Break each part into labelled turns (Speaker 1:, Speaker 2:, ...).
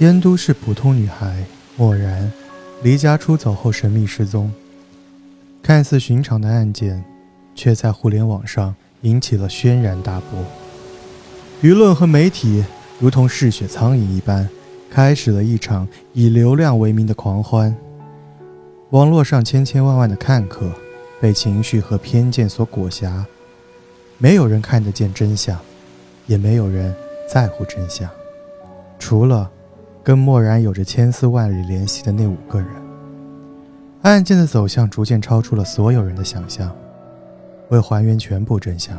Speaker 1: 燕都市普通女孩漠然离家出走后神秘失踪，看似寻常的案件，却在互联网上引起了轩然大波。舆论和媒体如同嗜血苍蝇一般，开始了一场以流量为名的狂欢。网络上千千万万的看客被情绪和偏见所裹挟，没有人看得见真相，也没有人在乎真相，除了跟漠然有着千丝万缕联系的那五个人。案件的走向逐渐超出了所有人的想象。为还原全部真相，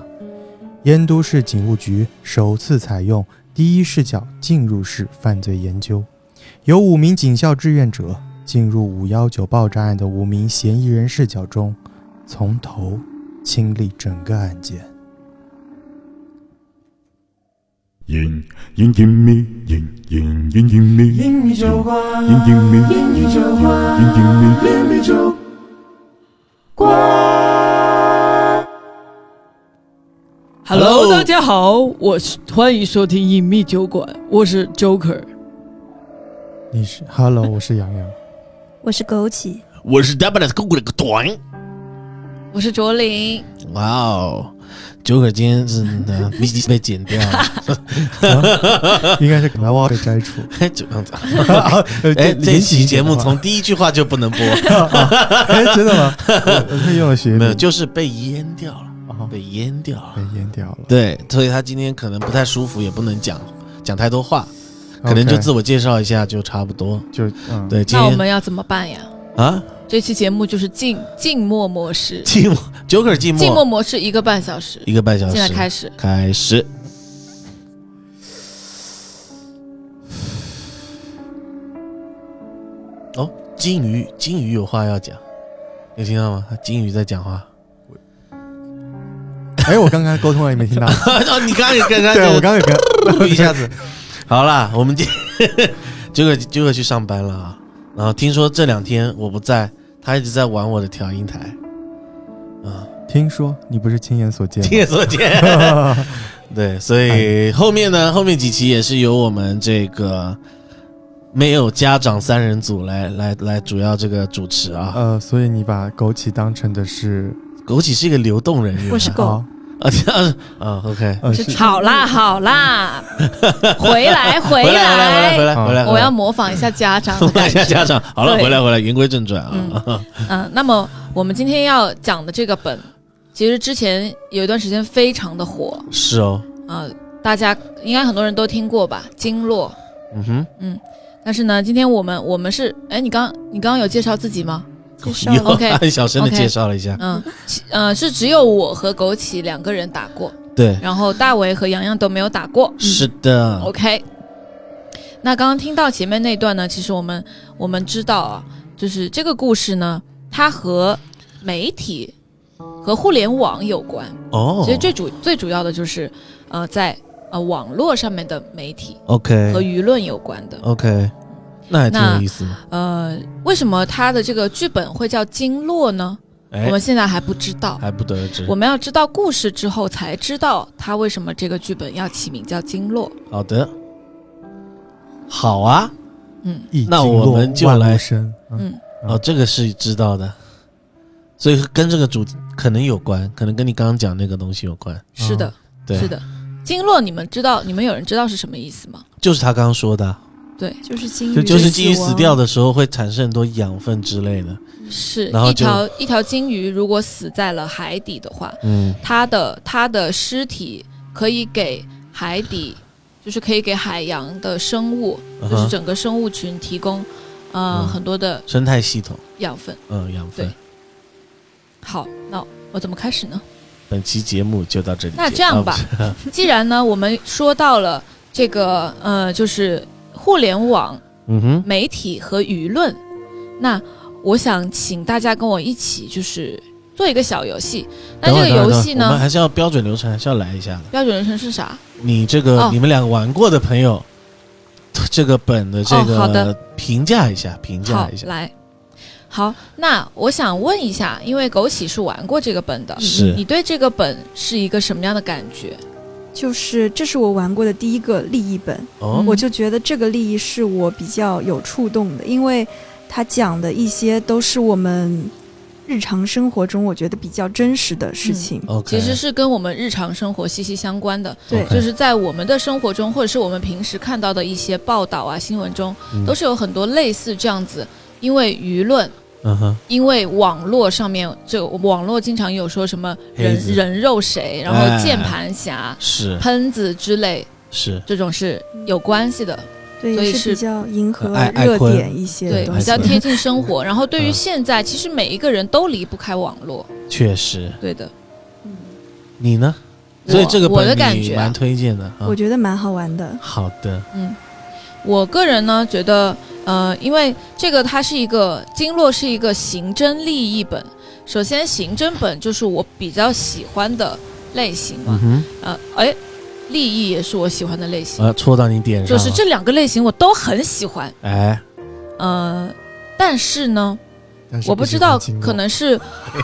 Speaker 1: 燕都市警务局首次采用第一视角进入式犯罪研究，由五名警校志愿者进入五幺九爆炸案的五名嫌疑人视角中，从头亲历整个案件。
Speaker 2: 隐隐隐秘，隐隐隐隐秘，隐
Speaker 3: 英语酒馆，
Speaker 2: 隐秘，
Speaker 3: 英语酒馆，
Speaker 2: 隐隐秘。
Speaker 3: 英语酒馆。
Speaker 4: Hello，大家好，我是欢迎收听隐秘酒馆，我是 Joker。
Speaker 1: 你是 Hello，我是洋洋。
Speaker 5: 我是枸杞，
Speaker 6: 我是 W 的姑姑的个短。
Speaker 7: 我是卓林，
Speaker 6: 哇哦，九可今天是呢被被剪 掉了，哎
Speaker 1: 应该是给 Wow 被摘除。
Speaker 6: 就这样子。
Speaker 1: 呃
Speaker 6: 哎，
Speaker 1: 就
Speaker 6: 这
Speaker 1: 引起
Speaker 6: 期
Speaker 1: 一
Speaker 6: 节
Speaker 1: 点
Speaker 6: 目
Speaker 1: 话
Speaker 6: 从第一句话就不能 播，
Speaker 1: 哎真的吗？我我是用了学
Speaker 6: 没有，
Speaker 1: 名，
Speaker 6: 就是被淹掉了，
Speaker 1: 哦
Speaker 6: 被淹掉了。
Speaker 1: 被淹掉了，
Speaker 6: 对，所以他今天可能不太舒服，也不能讲讲太多话，可能就
Speaker 1: OK，
Speaker 6: 自我介绍一下就差不多。
Speaker 1: 就嗯
Speaker 6: 对，今
Speaker 7: 那我
Speaker 6: 天
Speaker 7: 们要怎么办呀？
Speaker 6: 啊，
Speaker 7: 这期节目就是静静默模式，
Speaker 6: 寂寞九可寂
Speaker 7: 静默
Speaker 6: 寞
Speaker 7: 模式一个半小时，
Speaker 6: 一个半小
Speaker 7: 现在
Speaker 6: 时，
Speaker 7: 开始。
Speaker 6: 开始。哦，金鱼，金鱼有话要讲，有听到吗？金鱼在讲话。
Speaker 1: 哎，我刚刚沟通了，你没 听到？
Speaker 6: 哦，你刚刚也刚刚
Speaker 1: 对，我
Speaker 6: 就
Speaker 1: 刚刚有个
Speaker 6: 一下子。好啦，我们今 九哥九哥去上班了啊。然后听说这两天我不在，他一直在玩我的调音台。啊，
Speaker 1: 听说你不是亲眼所见吗，
Speaker 6: 听也所见。对，所以后面呢，后面几期也是由我们这个没有家长三人组来来来主要这个主持啊。
Speaker 1: 呃，所以你把枸杞当成的是
Speaker 6: 枸杞是一个流动人员，
Speaker 5: 我是狗
Speaker 1: 哦
Speaker 6: 啊，这样 啊，OK，
Speaker 1: 呃
Speaker 7: 是好啦好啦，回 来回
Speaker 6: 回来回来回来
Speaker 1: 啊
Speaker 6: 回来，
Speaker 7: 我要模仿一下家 长的
Speaker 6: 问
Speaker 7: 感
Speaker 6: 一下
Speaker 7: 觉。
Speaker 6: 家长。好了，
Speaker 7: 对
Speaker 6: 回来回来，言归正传啊。
Speaker 7: 嗯，那么我们今天要讲的这个本，其实之前有一段时间非常的火
Speaker 6: 是哦，
Speaker 7: 啊、大家应该很多人都听过吧，《经络》。
Speaker 6: 嗯哼，
Speaker 7: 但是呢，今天我们我们是，哎，你刚你刚刚有介绍自己吗？
Speaker 5: 介绍
Speaker 6: 有
Speaker 7: OK，
Speaker 6: 很 小声的
Speaker 7: OK
Speaker 6: 介绍了一下。
Speaker 7: 嗯，其呃，是只有我和枸杞两个人打过，
Speaker 6: 对，
Speaker 7: 然后大为和洋洋都没有打过。
Speaker 6: 是的，
Speaker 7: 嗯 OK。那刚刚听到前面那段呢，其实我们我们知道啊，就是这个故事呢，它和媒体和互联网有关。
Speaker 6: 哦
Speaker 7: 其实最主最主要的就是，呃，在呃网络上面的媒体和
Speaker 6: ，OK
Speaker 7: 舆论有关的。
Speaker 6: OK，那还挺
Speaker 7: 那
Speaker 6: 有意思的。
Speaker 7: 呃，为什么它的这个剧本会叫《经络》呢？
Speaker 6: 哎
Speaker 7: 我，们现在还不知道。
Speaker 6: 还不得而知
Speaker 7: 我。们要知道故事之后，才知道他为什么这个剧本要起名叫《经络》。
Speaker 6: 好的，好啊，
Speaker 7: 嗯，
Speaker 1: 一
Speaker 6: 那
Speaker 1: 经
Speaker 6: 我
Speaker 1: 落
Speaker 6: 们就
Speaker 1: 万物
Speaker 6: 来
Speaker 1: 生嗯
Speaker 7: 嗯
Speaker 6: 哦，这个是知道的，所以跟这个主题可能有关，可能跟你刚刚讲那个东西有关。
Speaker 7: 是的，
Speaker 6: 哦对，
Speaker 7: 是，的。经络，你们知道，你们有人知道是什么意思吗？
Speaker 6: 就是他刚刚说的啊，
Speaker 5: 就是金鱼
Speaker 1: 就
Speaker 5: 的
Speaker 6: 就
Speaker 5: 死
Speaker 6: 是
Speaker 5: 亡
Speaker 6: 基于死掉的时候会产生很多养分之类的。
Speaker 7: 是
Speaker 6: 然后
Speaker 7: 一
Speaker 6: 就
Speaker 7: 条一条金鱼，如果死在了海底的话，
Speaker 6: 嗯，
Speaker 7: 它的它的尸体可以给海底，就是可以给海洋的生物，
Speaker 6: 嗯
Speaker 7: 就是
Speaker 6: 哼
Speaker 7: 整个生物群提供，呃，
Speaker 6: 嗯
Speaker 7: 很多的
Speaker 6: 生态系统，
Speaker 7: 养分。
Speaker 6: 嗯，养分
Speaker 7: 对。好，那我怎么开始呢？
Speaker 6: 本期节目就到这里结束。
Speaker 7: 那这样吧
Speaker 6: 啊，不是
Speaker 7: 既然呢，我们说到了这个，呃，就是互联网、
Speaker 6: 嗯哼，
Speaker 7: 媒体和舆论，那我想请大家跟我一起，就是做一个小游戏。那
Speaker 6: 等
Speaker 7: 这
Speaker 6: 会儿
Speaker 7: 个游戏
Speaker 6: 等会儿我
Speaker 7: 呢，
Speaker 6: 们还是要标准流程，还是要来一下的。
Speaker 7: 标准人生是啥？
Speaker 6: 你这个、
Speaker 7: 哦
Speaker 6: 你们两个玩过的朋友，这个本的这
Speaker 7: 哦好的
Speaker 6: 个评价一下，评价
Speaker 7: 好
Speaker 6: 一，下。
Speaker 7: 来。好，那我想问一下，因为枸杞是玩过这个本的，
Speaker 6: 是
Speaker 7: 你对这个本是一个什么样的感觉？
Speaker 5: 就是这是我玩过的第一个利益本，
Speaker 1: 嗯
Speaker 6: 哦，
Speaker 5: 我就觉得这个利益是我比较有触动的，因为它讲的一些都是我们日常生活中我觉得比较真实的事情。
Speaker 1: 嗯
Speaker 7: 其
Speaker 6: OK，
Speaker 7: 实是跟我们日常生活息息相关的，
Speaker 5: 对
Speaker 6: OK
Speaker 7: 就是在我们的生活中，或者是我们平时看到的一些报道啊、新闻中，
Speaker 6: 嗯
Speaker 7: 都是有很多类似这样子，因为舆论。
Speaker 6: 嗯哼，
Speaker 7: 因为网络上面，这网络经常有说什么人
Speaker 6: 黑子
Speaker 7: 人肉谁，然后
Speaker 6: 哎
Speaker 7: 键盘侠、
Speaker 6: 是
Speaker 7: 喷子之类，
Speaker 6: 是
Speaker 7: 这种是有关系的，
Speaker 5: 对，
Speaker 7: 所以
Speaker 5: 也是
Speaker 7: 是
Speaker 5: 比较迎合
Speaker 6: 爱爱
Speaker 5: 热
Speaker 6: 坤
Speaker 5: 点一些
Speaker 7: 对
Speaker 5: 的，东
Speaker 7: 比
Speaker 5: 西。
Speaker 7: 较贴近生 活。然后对于
Speaker 6: 嗯
Speaker 7: 现在，其实每一个人都离不开网络，
Speaker 6: 确实，
Speaker 7: 对的。
Speaker 6: 你呢？所以这个
Speaker 7: 我我的
Speaker 6: 本
Speaker 7: 感
Speaker 6: 你
Speaker 7: 觉啊
Speaker 6: 蛮推荐的啊
Speaker 1: 嗯
Speaker 5: 我。觉得蛮好玩的。
Speaker 6: 好的，
Speaker 7: 嗯我个人呢觉得，呃，因为这个它是一个经络是一个刑侦利益本，首先刑侦本就是我比较喜欢的类型
Speaker 6: 嗯
Speaker 7: 嘛，
Speaker 6: 哼，
Speaker 7: 呃，哎，利益也是我喜欢的类型，
Speaker 6: 呃，戳到你点上
Speaker 7: 就
Speaker 6: 了，
Speaker 7: 是这两个类型我都很喜欢，
Speaker 6: 哎，
Speaker 7: 呃，但是呢，
Speaker 1: 但是
Speaker 7: 我不知道
Speaker 1: 喜欢，
Speaker 7: 可能是，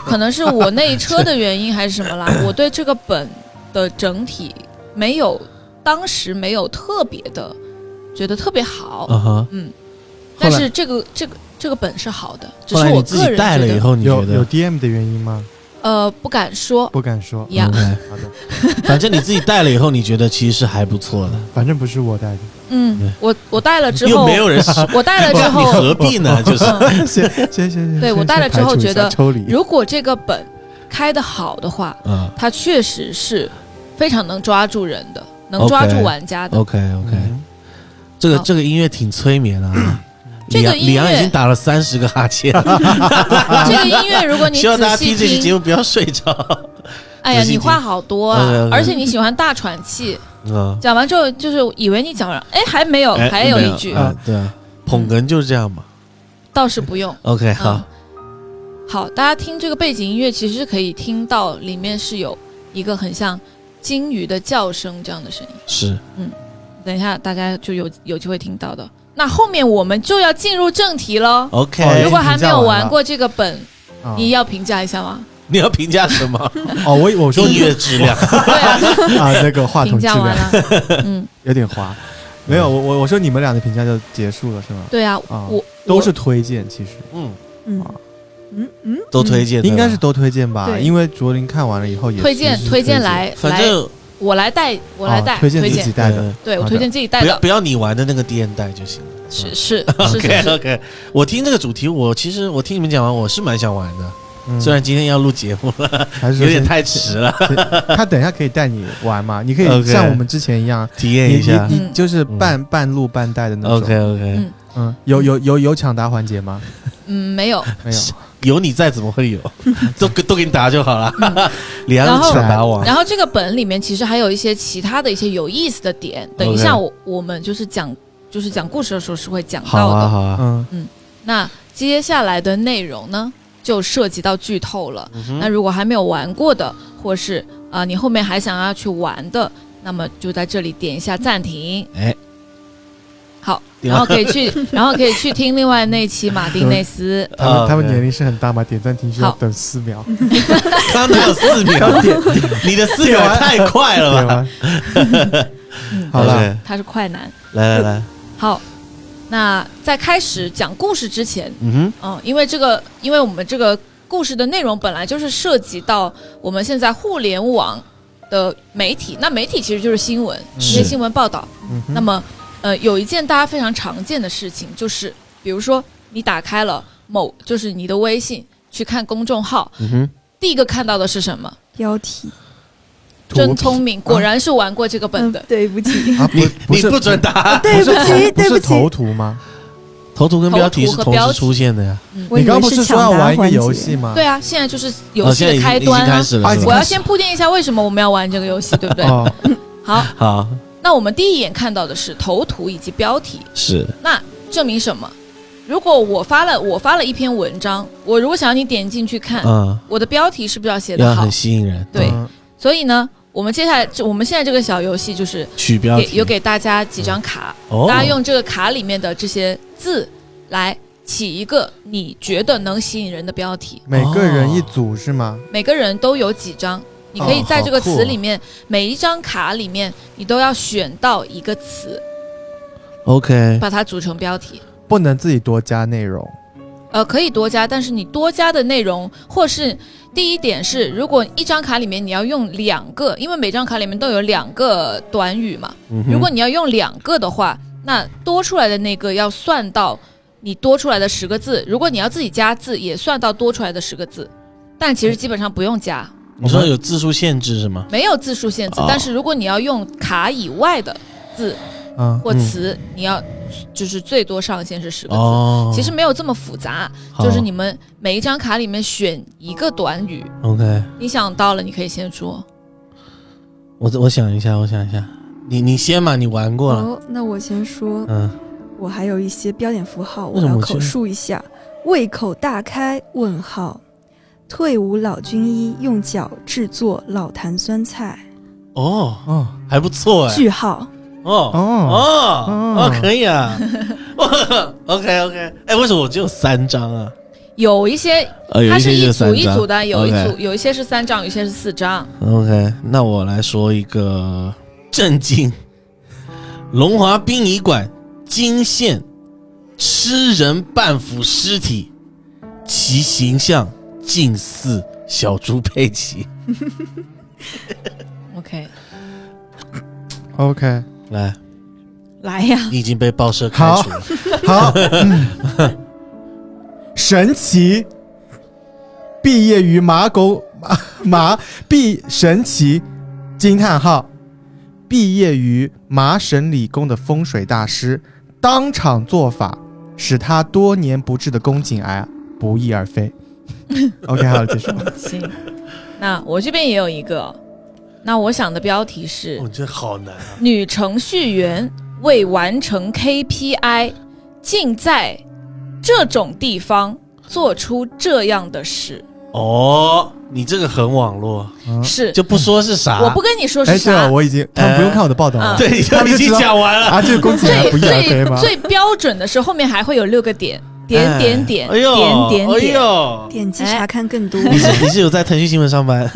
Speaker 7: 可能是我那一车的原因还是什么啦。我对这个本的整体没有，当时没有特别的觉得特别好，
Speaker 6: 嗯哼，
Speaker 7: 嗯。
Speaker 6: 后
Speaker 7: 但
Speaker 6: 来
Speaker 7: 是这个这个这个本是好的，只
Speaker 6: 后
Speaker 7: 是
Speaker 6: 来
Speaker 7: 我
Speaker 6: 你自
Speaker 7: 个
Speaker 6: 己
Speaker 7: 人
Speaker 6: 带了
Speaker 7: 觉
Speaker 6: 以
Speaker 7: 得
Speaker 6: 后，你
Speaker 1: 有
Speaker 6: 觉
Speaker 1: 有
Speaker 6: 得
Speaker 1: DM 的原因吗？
Speaker 7: 呃不敢说
Speaker 1: 不敢说。
Speaker 7: 呀
Speaker 1: 嗯好的，
Speaker 6: 哎反正你自己带了以后，你觉得其实是还不错的，
Speaker 1: 反正不是我带的。
Speaker 7: 嗯
Speaker 6: 对，
Speaker 7: 我我带了之
Speaker 6: 又
Speaker 7: 后，
Speaker 6: 没有人说，
Speaker 7: 我带了
Speaker 6: 不
Speaker 7: 之
Speaker 6: 然你
Speaker 7: 后，
Speaker 6: 何必 呢？就是
Speaker 7: 嗯
Speaker 1: 谢谢谢谢。
Speaker 7: 对
Speaker 1: 先
Speaker 7: 我带了
Speaker 1: 先排
Speaker 7: 之后
Speaker 1: 除一
Speaker 7: 觉
Speaker 1: 下
Speaker 7: 得
Speaker 1: 抽离，
Speaker 7: 如果这个本开的好的话，
Speaker 6: 嗯
Speaker 7: 它确实是非常能抓住人的，能抓
Speaker 6: OK
Speaker 7: 住玩家的。
Speaker 6: ，OK OK，
Speaker 1: 嗯
Speaker 6: 这个
Speaker 7: 好
Speaker 6: 这个音乐挺催眠的啊。
Speaker 7: 这
Speaker 6: 李
Speaker 7: 个
Speaker 6: 阳
Speaker 7: 音乐
Speaker 6: 李阳已经打了三十个哈欠，
Speaker 7: 这个音乐， 如果你
Speaker 6: 希望大家
Speaker 7: 仔
Speaker 6: 听
Speaker 7: 细
Speaker 6: 这期节
Speaker 7: 听，
Speaker 6: 目不要睡着。
Speaker 7: 哎呀，
Speaker 6: 仔细
Speaker 7: 你
Speaker 6: 听
Speaker 7: 话好多啊
Speaker 6: OK，OK，
Speaker 7: 而且你喜欢大喘气，
Speaker 6: 嗯，
Speaker 7: 讲完之后就是以为你讲完了，哎，还没有，
Speaker 6: 哎
Speaker 7: 还有一句，
Speaker 1: 嗯
Speaker 6: 啊，对啊，捧哏就是这样嘛。
Speaker 7: 倒是不用。
Speaker 6: OK，
Speaker 7: 嗯
Speaker 6: 好，
Speaker 7: 好，大家听这个背景音乐，其实可以听到里面是有一个很像鲸鱼的叫声这样的声音。
Speaker 6: 是
Speaker 7: 等一下大家就有有机会听到的。那后面我们就要进入正题喽。
Speaker 1: 哦
Speaker 6: OK。
Speaker 7: 如果还
Speaker 1: 已经
Speaker 7: 没有
Speaker 1: 评价完
Speaker 7: 玩
Speaker 1: 了
Speaker 7: 过这个本，
Speaker 1: 啊
Speaker 7: 你要评价一下吗？
Speaker 6: 你要评价什么？
Speaker 1: 哦，我我说
Speaker 6: 音乐质量。
Speaker 7: 对啊，
Speaker 1: 啊，那个话筒
Speaker 7: 评
Speaker 1: 质
Speaker 7: 价完
Speaker 1: 量
Speaker 7: 了。 嗯，
Speaker 1: 有点滑。没
Speaker 6: 嗯
Speaker 1: 有，我我我说你们俩的评价就结束了是吗？
Speaker 7: 对啊，
Speaker 1: 啊
Speaker 7: 我
Speaker 1: 都是推荐，其实
Speaker 6: 嗯，
Speaker 5: 嗯
Speaker 1: 啊
Speaker 5: 嗯嗯，
Speaker 6: 都推荐，
Speaker 1: 应该是
Speaker 6: 对吧
Speaker 1: 都推荐吧，
Speaker 5: 对
Speaker 1: 因为卓林看完了以后也
Speaker 7: 推荐
Speaker 1: 其实是
Speaker 7: 推
Speaker 1: 推
Speaker 7: 荐，来
Speaker 6: 反
Speaker 7: 来，
Speaker 6: 正
Speaker 7: 我来带我来
Speaker 1: 啊
Speaker 7: 带
Speaker 1: 推荐自己带的
Speaker 6: 呃，
Speaker 7: 对我
Speaker 1: 好
Speaker 7: 推
Speaker 1: 的
Speaker 7: 荐自己带
Speaker 6: 不要
Speaker 7: 的
Speaker 6: 不要你玩的那个 D N 带就行了。
Speaker 7: 是是是是
Speaker 6: OK
Speaker 7: 是，
Speaker 6: OK，我听这个主题，我其实我听你们讲完，我是蛮想玩的。
Speaker 1: 嗯
Speaker 6: 虽然今天要录节目了，
Speaker 1: 还是
Speaker 6: 有点
Speaker 1: 说
Speaker 6: 太迟了，
Speaker 1: 他等一下可以带你玩嘛，你可以
Speaker 6: OK
Speaker 1: 像我们之前一样，
Speaker 6: 体
Speaker 1: 你
Speaker 6: 验一下
Speaker 1: 你。
Speaker 7: 嗯
Speaker 1: 你就是半半路半带的那种。
Speaker 6: OK OK，
Speaker 7: 嗯
Speaker 1: 嗯，有有有有抢答环节吗？
Speaker 7: 嗯，没有，
Speaker 1: 没有。
Speaker 6: 有你在怎么会有？都给都给你答就好了。李
Speaker 7: 然
Speaker 6: 安
Speaker 7: 后
Speaker 6: 抢答王，
Speaker 7: 然后这个本里面其实还有一些其他的一些有意思的点，等一
Speaker 6: OK
Speaker 7: 下我我们就是讲就是讲故事的时候是会讲
Speaker 6: 好
Speaker 7: 到
Speaker 6: 啊
Speaker 7: 的。
Speaker 6: 好啊，
Speaker 1: 嗯，
Speaker 7: 那接下来的内容呢，就涉及到剧透了。
Speaker 6: 嗯哼
Speaker 7: 那如果还没有玩过的，或是啊、你后面还想要去玩的，那么就在这里点一下暂停。
Speaker 6: 哎，
Speaker 7: 好，
Speaker 6: 点
Speaker 7: 然后可以去，然后可以去听另外那期马丁内 斯。
Speaker 1: 他们
Speaker 6: 啊
Speaker 1: 他们
Speaker 6: OK 嗯
Speaker 1: 年龄是很大嘛，点赞停需要
Speaker 7: 好
Speaker 1: 等四秒，
Speaker 6: 他没有四秒，你的四秒太快
Speaker 1: 对
Speaker 6: 了吧？
Speaker 1: 吗？好了，
Speaker 6: OK，
Speaker 7: 他是快男。
Speaker 6: 来来来，
Speaker 7: 好，那在开始讲故事之前，
Speaker 6: 嗯哼，
Speaker 7: 嗯，因为这个，因为我们这个故事的内容本来就是涉及到我们现在互联网的媒体，那媒体其实就是新闻，一些
Speaker 6: 是
Speaker 7: 新闻报道。
Speaker 1: 嗯哼
Speaker 7: 那么，呃，有一件大家非常常见的事情，就是比如说你打开了某，就是你的微信去看公众号，
Speaker 6: 嗯哼，
Speaker 7: 第一个看到的是什么？
Speaker 5: 标题，
Speaker 1: 图
Speaker 7: 真聪
Speaker 6: 啊
Speaker 7: 明，果然是玩过这个本的
Speaker 5: 嗯。对不起，
Speaker 1: 啊，不
Speaker 6: 你
Speaker 1: 不
Speaker 6: 你
Speaker 1: 是
Speaker 6: 不准答，
Speaker 5: 对不起，
Speaker 1: 不
Speaker 5: 对
Speaker 1: 是
Speaker 5: 不起，
Speaker 1: 头图吗？
Speaker 6: 头图跟标题
Speaker 7: 头
Speaker 6: 是
Speaker 7: 图和
Speaker 6: 同
Speaker 7: 标
Speaker 6: 时
Speaker 7: 题
Speaker 6: 出现的呀。
Speaker 5: 我以
Speaker 1: 你刚
Speaker 5: 为
Speaker 1: 不是说
Speaker 5: 抢
Speaker 1: 要
Speaker 5: 答
Speaker 1: 玩一个
Speaker 5: 环
Speaker 1: 游
Speaker 5: 节
Speaker 1: 戏吗？
Speaker 7: 对啊，现在就是游
Speaker 6: 哦，
Speaker 7: 戏
Speaker 6: 现在已
Speaker 7: 的
Speaker 6: 经
Speaker 7: 开端
Speaker 6: 已经
Speaker 7: 啊
Speaker 6: 开。始
Speaker 1: 啊已
Speaker 6: 了，是
Speaker 1: 经
Speaker 7: 我
Speaker 6: 吧
Speaker 7: 要先铺垫一下为什么我们要玩这个游戏，对不对？
Speaker 1: 哦，
Speaker 7: 好，
Speaker 6: 好
Speaker 7: 那我们第一眼看到的是头图以及标题，
Speaker 6: 是
Speaker 7: 那证明什么？如果我发了我发了一篇文章，我如果想要你点进去看，
Speaker 6: 嗯，
Speaker 7: 我的标题是不是要写
Speaker 6: 要
Speaker 7: 得好
Speaker 6: 很？吸引人，
Speaker 7: 对
Speaker 1: 嗯
Speaker 7: 所以呢，我们接下来这我们现在这个小游戏就是
Speaker 6: 取标
Speaker 7: 给
Speaker 6: 题
Speaker 7: 有给大家几张卡，
Speaker 6: 哦，
Speaker 7: 大家用这个卡里面的这些字来起一个你觉得能吸引人的标题。哦
Speaker 1: 每个人一组是吗？
Speaker 7: 每个人都有几张，你可以
Speaker 6: 哦
Speaker 7: 在这个
Speaker 6: 好酷
Speaker 7: 词
Speaker 6: 哦
Speaker 7: 里面，每一张卡里面，你都要选到一个词，
Speaker 6: OK，
Speaker 7: 把它组成标题。
Speaker 1: 不能自己多加内容。
Speaker 7: 呃，可以多加，但是你多加的内容，或是第一点是，如果一张卡里面你要用两个，因为每张卡里面都有两个短语嘛，
Speaker 6: 嗯哼
Speaker 7: 如果你要用两个的话，那多出来的那个要算到你多出来的十个字。如果你要自己加字，也算到多出来的十个字，但其实
Speaker 6: 嗯
Speaker 7: 基本上不用加，
Speaker 6: 你说有字数限制是吗？
Speaker 7: 没有字数限制
Speaker 6: 哦。
Speaker 7: 但是如果你要用卡以外的字
Speaker 1: 嗯，
Speaker 7: 或词，你要就是最多上限是十个字。
Speaker 6: 哦，
Speaker 7: 其实没有这么复杂，
Speaker 6: 好
Speaker 7: 就是你们每一张卡里面选一个短语，
Speaker 6: OK，
Speaker 7: 你想到了你可以先说。
Speaker 6: 我我想一下，我想一下，你你先嘛，你玩过了，
Speaker 5: 哦，那我先说，
Speaker 6: 嗯，
Speaker 5: 我还有一些标点符号，
Speaker 6: 为
Speaker 5: 我
Speaker 6: 什么
Speaker 5: 要
Speaker 6: 我
Speaker 5: 口
Speaker 6: 先
Speaker 5: 述一下：胃口大开？问号。退伍老军医用脚制作老坛酸菜。
Speaker 6: 哦，
Speaker 1: 哦
Speaker 6: 还不错哎，
Speaker 5: 句号。
Speaker 6: 哦
Speaker 1: 哦，
Speaker 6: 哦
Speaker 1: 哦
Speaker 6: 哦，可以 啊，OK OK，哎，为什么我只有三张啊？
Speaker 7: 有一些
Speaker 6: 呃，有
Speaker 7: 它
Speaker 6: 一
Speaker 7: 是
Speaker 6: 些
Speaker 7: 一
Speaker 6: 就
Speaker 7: 组
Speaker 6: 三
Speaker 7: 一
Speaker 6: 张
Speaker 7: 组的，有一组
Speaker 6: OK
Speaker 7: 有一些是三张，有一些是四张。
Speaker 6: OK，那我来说一个震惊：龙华殡仪馆惊现吃人半腐尸体，其形象近似小猪佩奇。
Speaker 7: OK，哦
Speaker 1: ，OK，
Speaker 6: 来，
Speaker 7: 来呀，
Speaker 6: 你已经被报社开除 了。
Speaker 1: 好，嗯神奇，毕业于麻狗 麻麻毕神奇，惊叹号，毕业于麻省理工的风水大师，当场做法，使他多年不治的宫颈癌啊不翼而 飞。OK，好了，结束。
Speaker 7: 行。 那我这边也有一个，那我想的标题是
Speaker 6: 哦，这好难啊！
Speaker 7: 女程序员未完成 KPI，竟在这种地方做出这样的事，
Speaker 6: 哦，你这个很网络，
Speaker 1: 嗯
Speaker 7: 是
Speaker 6: 就不说是啥。
Speaker 7: 我不跟你说
Speaker 1: 哎，
Speaker 7: 是
Speaker 1: 对了，
Speaker 7: 啥。
Speaker 1: 我已经他们不用看我的报道了
Speaker 7: 啊。
Speaker 6: 对，你
Speaker 1: 他
Speaker 6: 就
Speaker 1: 们就
Speaker 6: 已
Speaker 1: 知
Speaker 6: 经
Speaker 1: 道
Speaker 6: 讲完了。哎
Speaker 1: 啊，这个宫颈癌
Speaker 7: 最
Speaker 1: 不翼而飞
Speaker 7: 最
Speaker 1: 吗？
Speaker 7: 最标准的是后面还会有六个点，点点点，
Speaker 6: 哎呦，
Speaker 7: 点点
Speaker 6: 哎
Speaker 7: 点。
Speaker 6: 呦，
Speaker 5: 点击
Speaker 7: 哎
Speaker 5: 查看更多。
Speaker 6: 你是你是有在腾讯新闻 上班？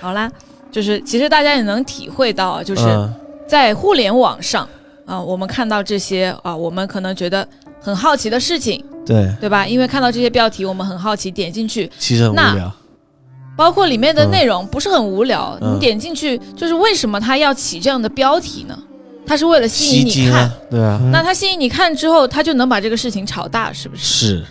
Speaker 7: 好啦，就是其实大家也能体会到啊，就是
Speaker 6: 嗯
Speaker 7: 在互联网上啊、我们看到这些啊、我们可能觉得很好奇的事情，
Speaker 6: 对，
Speaker 7: 对吧？因为看到这些标题，我们很好奇，点进去，
Speaker 6: 其实很无
Speaker 7: 那
Speaker 6: 聊。
Speaker 7: 包括里面的内容不是很无聊，
Speaker 6: 嗯
Speaker 7: 你点进去就是为什么他要起这样的标题呢？他是为了吸
Speaker 6: 吸
Speaker 7: 引你
Speaker 6: 睛
Speaker 7: 看
Speaker 6: 啊，，对啊，
Speaker 1: 嗯
Speaker 7: 那他吸引你看之后，他就能把这个事情炒大，是不是？
Speaker 6: 是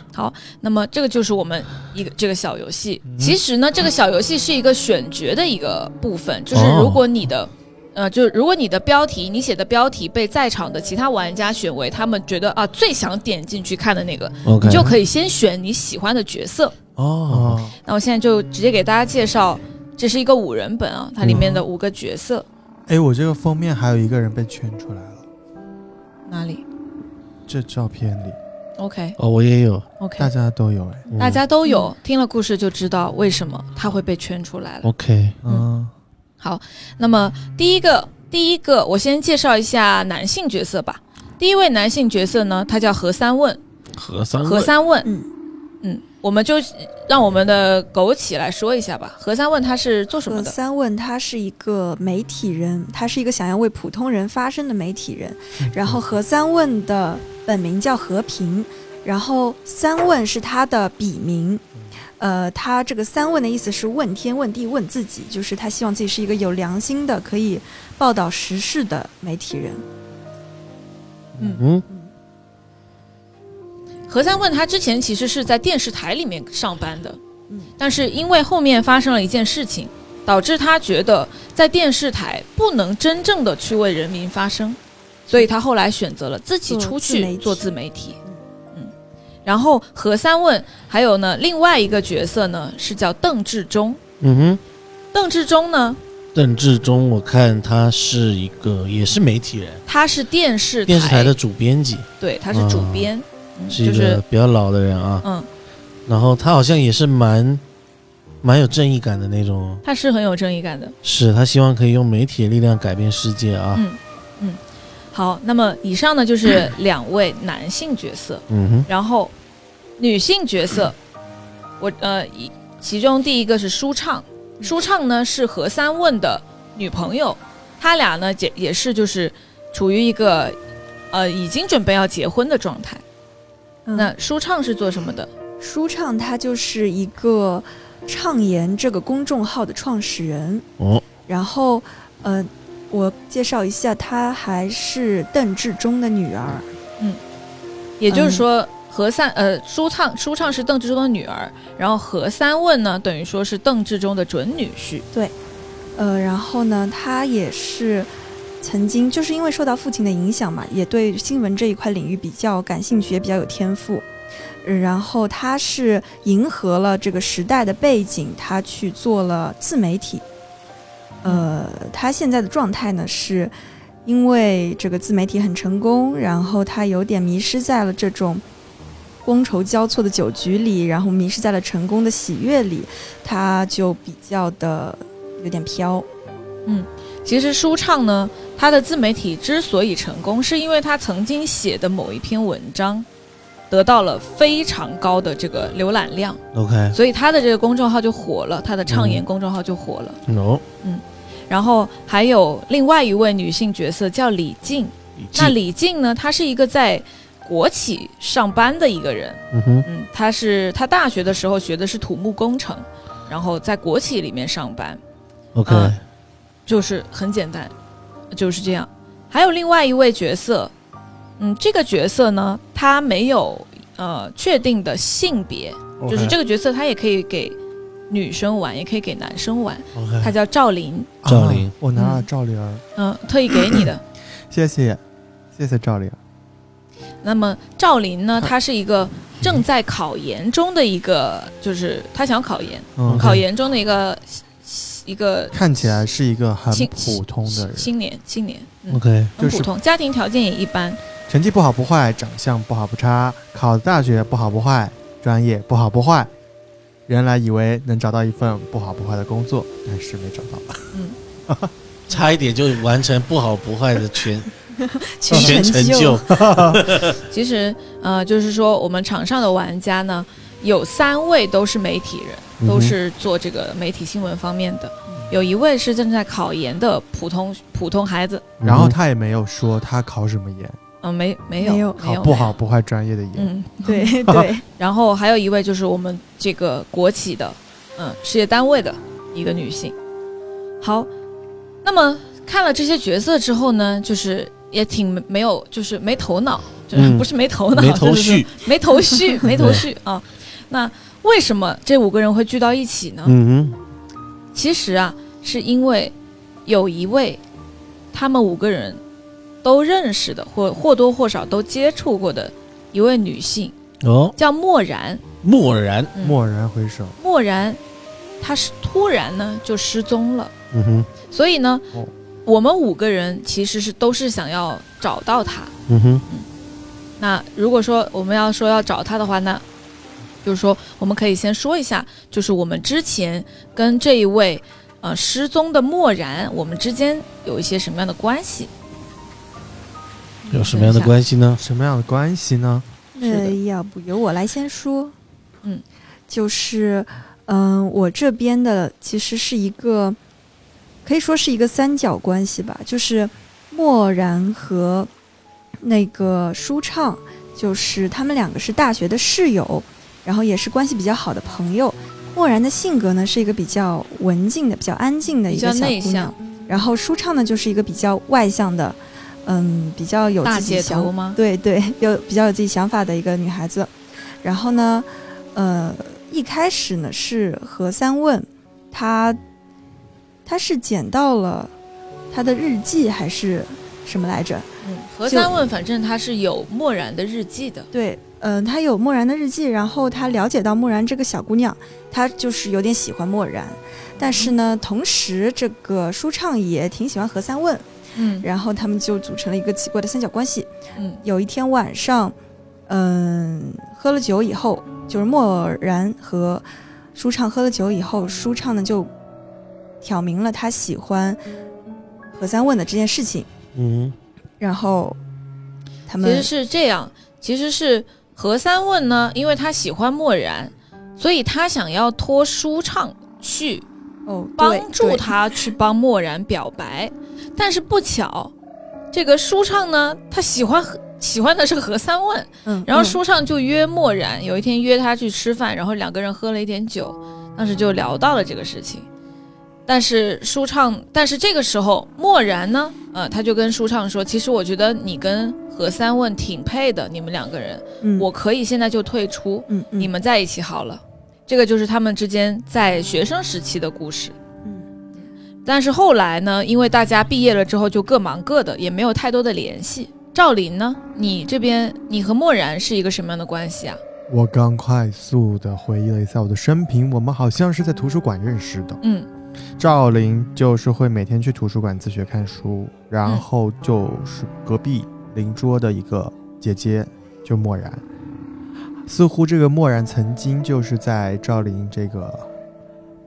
Speaker 7: 那么这个就是我们一个这个小游戏。
Speaker 6: 嗯
Speaker 7: 其实呢，这个小游戏是一个选角的一个部分，就是
Speaker 6: 哦
Speaker 7: 如果你的。呃，就是如果你的标题，你写的标题被在场的其他玩家选为他们觉得啊最想点进去看的那个，
Speaker 6: OK，
Speaker 7: 你就可以先选你喜欢的角色。
Speaker 6: 哦，
Speaker 1: 哦，
Speaker 7: 那我现在就直接给大家介绍，这是一个五人本啊，它里面的五个角色、
Speaker 1: 哎，我这个封面还有一个人被圈出来了，
Speaker 7: 哪里
Speaker 1: 这照片里
Speaker 7: ？OK
Speaker 6: 哦，我也有，
Speaker 7: OK，
Speaker 1: 大家都有哎。
Speaker 6: 嗯哦
Speaker 7: 大家都有、听了故事就知道为什么他会被圈出来了。
Speaker 6: OK，
Speaker 1: 嗯，
Speaker 7: 那么第一个，第一个，我先介绍一下男性角色吧。第一位男性角色呢，他叫何三问，
Speaker 6: 何三
Speaker 7: 何三问，
Speaker 5: 嗯
Speaker 7: 嗯，我们就让我们的枸杞来说一下吧。何三问他是做什么
Speaker 5: 何
Speaker 7: 的？
Speaker 5: 嗯三问他是一个媒体人，他是一个想要为普通人发声的媒体人。然后何三问的本名叫和平，然后三问是他的笔名。呃，他这个三问的意思是问天、问地、问自己，就是他希望自己是一个有良心的、可以报道时事的媒体人。
Speaker 6: 嗯，
Speaker 7: 何三问他之前其实是在电视台里面上班的，
Speaker 5: 嗯
Speaker 7: 但是因为后面发生了一件事情，导致他觉得在电视台不能真正的去为人民发声，所以他后来选择了自己
Speaker 5: 做
Speaker 7: 出
Speaker 5: 自
Speaker 7: 去
Speaker 5: 媒体
Speaker 7: 做自媒体。嗯，然后何三问还有呢，另外一个角色呢是叫邓志忠，
Speaker 6: 嗯哼，
Speaker 7: 邓志忠呢
Speaker 6: 邓志忠，我看他是一个也是媒体人，
Speaker 7: 他是电视台
Speaker 6: 电视台的啊主编辑，
Speaker 7: 对，他是主编，嗯
Speaker 6: 是
Speaker 7: 就
Speaker 6: 一
Speaker 7: 是
Speaker 6: 个比较老的人啊。
Speaker 7: 嗯，
Speaker 6: 然后他好像也是蛮蛮有正义感的那种哦，
Speaker 7: 他是很有正义感的。
Speaker 6: 是他希望可以用媒体的力量改变世界啊。
Speaker 7: 嗯，嗯，好，那么以上呢就是两位男性角色，
Speaker 6: 嗯哼，
Speaker 7: 然后女性角色，我呃，一其中第一个是舒畅，舒畅呢是何三问的女朋友，他俩呢也也是就是处于一个呃已经准备要结婚的状态。
Speaker 5: 嗯
Speaker 7: 那舒畅是做什么的？
Speaker 5: 舒畅他就是一个畅言这个公众号的创始人，
Speaker 6: 哦，
Speaker 5: 然后呃，我介绍一下，她还是邓志忠的女儿，
Speaker 7: 也就是说，何三呃舒畅舒畅是邓志忠的女儿，然后何三问呢等于说是邓志忠的准女婿。
Speaker 5: 呃，然后呢，她也是曾经就是因为受到父亲的影响嘛，也对新闻这一块领域比较感兴趣，也比较有天赋。呃然后她是迎合了这个时代的背景，她去做了自媒体。呃，她现在的状态呢，是因为这个自媒体很成功，然后她有点迷失在了这种觥筹交错的酒局里，然后迷失在了成功的喜悦里，她就比较的有点飘。
Speaker 7: 其实舒畅呢，他的自媒体之所以成功，是因为他曾经写的某一篇文章得到了非常高的这个浏览量，
Speaker 6: ，OK，
Speaker 7: 所以他的这个公众号就火了，他的畅言
Speaker 6: 嗯
Speaker 7: 公众号就火了。
Speaker 6: 哦，
Speaker 7: 然后还有另外一位女性角色叫李静，
Speaker 6: 李
Speaker 7: 那
Speaker 6: 靖，
Speaker 7: 李静呢，她是一个在国企上班的一个人，
Speaker 6: 嗯哼，
Speaker 7: 嗯，他是他大学的时候学的是土木工程，然后在国企里面上班，
Speaker 6: OK，
Speaker 7: 嗯就是很简单，就是这样。还有另外一位角色，嗯，这个角色呢，他没有呃确定的性别，嗯就是这个角色他也可以给女生玩，也可以给男生玩，他
Speaker 1: 哎
Speaker 6: OK，
Speaker 7: 叫赵琳，
Speaker 6: 赵琳
Speaker 1: 啊我拿了
Speaker 7: 嗯
Speaker 1: 赵灵儿，
Speaker 7: 嗯、特意给 你的。
Speaker 1: 谢谢，谢谢赵灵儿。
Speaker 7: 那么赵琳呢，
Speaker 1: 哎
Speaker 7: 她是一个正在考研中的一个，就是她想考研，
Speaker 1: 嗯，
Speaker 7: 考研中的一个一个
Speaker 1: 看起来是一个很
Speaker 7: 青
Speaker 1: 普通的人，哦
Speaker 7: 青年青年，嗯
Speaker 6: OK，
Speaker 7: 很
Speaker 1: 就是
Speaker 7: 普通，家庭条件也一般，
Speaker 1: 成绩不好不坏，长相不好不差，考的大学不好不坏，专业不好不坏。原来以为能找到一份不好不坏的工作，但是没找到。
Speaker 7: 嗯。
Speaker 6: 差一点就完成不好不坏的全
Speaker 5: 全
Speaker 1: 哦
Speaker 6: 全
Speaker 5: 成
Speaker 6: 成
Speaker 5: 就
Speaker 6: 就，
Speaker 7: 其实，呃，就是说我们场上的玩家呢，有三位都是媒体
Speaker 1: 嗯
Speaker 7: 人，都是做这个媒体新闻方面的，有一位是正在考研的普通普通孩子，
Speaker 1: 然
Speaker 6: 嗯
Speaker 1: 后他也没有说他考什么研，
Speaker 7: 嗯、没没有
Speaker 5: 没有
Speaker 1: 考不好，不坏专业的
Speaker 7: 没有
Speaker 1: 研。
Speaker 7: 嗯，
Speaker 5: 对对，
Speaker 7: 然后还有一位就是我们这个国企的，嗯，事业单位的一个女性。好，那么看了这些角色之后呢，就是也挺没有，就是没头脑，就是
Speaker 6: 嗯
Speaker 7: 不是没头脑，
Speaker 6: 没头
Speaker 7: 就是
Speaker 6: 绪，
Speaker 7: 没头绪，没头绪啊。那为什么这五个人会聚到一起呢？
Speaker 6: 嗯哼，
Speaker 7: 其实啊，是因为有一位他们五个人都认识的，或或多或少都接触过的一位女性，
Speaker 6: 哦，
Speaker 7: 叫漠然。
Speaker 6: 蓦然，
Speaker 7: 嗯
Speaker 1: 蓦然回首，
Speaker 7: 漠然，她是突然呢就失踪了，
Speaker 6: 嗯哼，
Speaker 7: 所以呢，
Speaker 1: 哦
Speaker 7: 我们五个人其实是都是想要找到她。
Speaker 6: 嗯哼，
Speaker 7: 那如果说我们要说要找他的话，那就是说我们可以先说一下，就是我们之前跟这一位呃失踪的漠然，我们之间有一些什么样的关系？
Speaker 6: 有什么样的关系呢？
Speaker 1: 什么样的关系呢？
Speaker 7: 是的
Speaker 5: 那要哎不由我来先说，
Speaker 7: 嗯，
Speaker 5: 就是，嗯、我这边的其实是一个，可以说是一个三角关系吧，就是漠然和那个舒畅，就是他们两个是大学的室友，然后也是关系比较好的朋友。漠然的性格呢是一个比较文静的、比较安静的一
Speaker 7: 比
Speaker 5: 个
Speaker 7: 较
Speaker 5: 小
Speaker 7: 内
Speaker 5: 姑娘
Speaker 7: 向，，
Speaker 5: 然后舒畅呢就是一个比较外向的，嗯，比较有
Speaker 7: 大
Speaker 5: 自己
Speaker 7: 姐
Speaker 5: 想
Speaker 7: 头吗？
Speaker 5: 对对，有比较有自己想法的一个女孩子。然后呢，呃，一开始呢是何三问，她她是捡到了她的日记还是什么来着？
Speaker 7: 嗯，何三问，反正他是有漠然的日记的，
Speaker 5: 对，嗯、她有漠然的日记，然后她了解到漠然这个小姑娘，她就是有点喜欢漠然，但是呢，同时这个舒畅也挺喜欢何三问，
Speaker 7: 嗯
Speaker 5: 然后他们就组成了一个奇怪的三角关系。
Speaker 7: 嗯
Speaker 5: 有一天晚上，嗯，喝了酒以后，就是漠然和舒畅喝了酒以后，舒畅呢就挑明了他喜欢何三问的这件事情，
Speaker 6: 嗯
Speaker 5: 然后
Speaker 7: 其
Speaker 5: 他
Speaker 7: 实
Speaker 5: 们
Speaker 7: 是这样，其实是何三问呢，因为他喜欢漠然，所以他想要托舒畅去
Speaker 5: 哦，对
Speaker 7: 帮助
Speaker 5: 对
Speaker 7: 他去帮漠然表白，但是不巧，这个舒畅呢，他喜欢和喜欢的是何三问，
Speaker 5: 嗯，
Speaker 7: 然后
Speaker 5: 嗯
Speaker 7: 舒畅就约漠然，有一天约他去吃饭，然后两个人喝了一点酒，当时就聊到了这个事情。但是舒畅，但是这个时候漠然呢，呃，他就跟舒畅说，其实我觉得你跟何三问挺配的，你们两个人，
Speaker 5: 嗯
Speaker 7: 我可以现在就退出，
Speaker 5: 嗯嗯
Speaker 7: 你们在一起好了。这个就是他们之间在学生时期的故事。
Speaker 5: 嗯
Speaker 7: 但是后来呢，因为大家毕业了之后就各忙各的，也没有太多的联系。赵林呢，你这边你和漠然是一个什么样的关系啊？
Speaker 1: 我刚快速的回忆了一下我的生平，我们好像是在图书馆认识的。
Speaker 7: 嗯，
Speaker 1: 赵林就是会每天去图书馆自学看书，然
Speaker 7: 嗯
Speaker 1: 后就是隔壁邻桌的一个姐姐，就漠然。似乎这个漠然曾经就是在赵林这个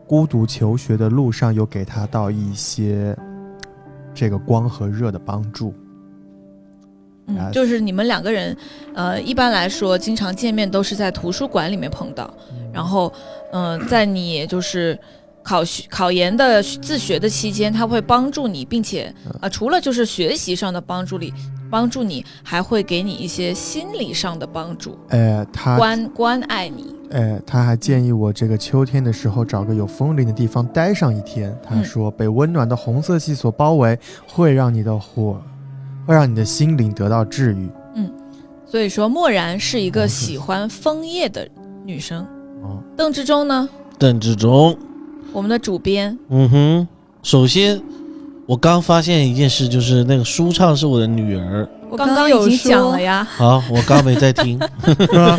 Speaker 1: 孤独求学的路上，有给他到一些这个光和热的帮助。
Speaker 7: 嗯，
Speaker 1: Yes
Speaker 7: 就是你们两个人，呃，一般来说经常见面都是在图书馆里面碰到，然后，嗯、在你就是考学考研的自学的期间，他会帮助你，并且
Speaker 6: 嗯
Speaker 7: 啊、除了就是学习上的帮助里帮助你，还会给你一些心理上的帮助，
Speaker 1: 呃，
Speaker 6: 啊
Speaker 1: 他
Speaker 7: 关关爱你。
Speaker 1: 哎，他还建议我这个秋天的时候找个有风铃的地方待上一天。他
Speaker 7: 嗯
Speaker 1: 说，被温暖的红色系所包围，会让你的火，会让你的心灵得到治愈。
Speaker 7: 所以说，漠然是
Speaker 1: 嗯
Speaker 7: 一个
Speaker 1: 是
Speaker 7: 喜欢枫叶的女生。
Speaker 1: 哦，
Speaker 7: 邓志忠呢，
Speaker 6: 邓志忠，
Speaker 7: 我们的主编，
Speaker 6: 嗯哼，首先我刚发现一件事，就是那个舒畅是我的女儿。
Speaker 5: 我
Speaker 7: 刚
Speaker 5: 刚
Speaker 7: 已
Speaker 5: 有
Speaker 7: 经讲
Speaker 5: 说
Speaker 7: 了呀。
Speaker 6: 好，啊我刚没在 听。
Speaker 1: 是吧？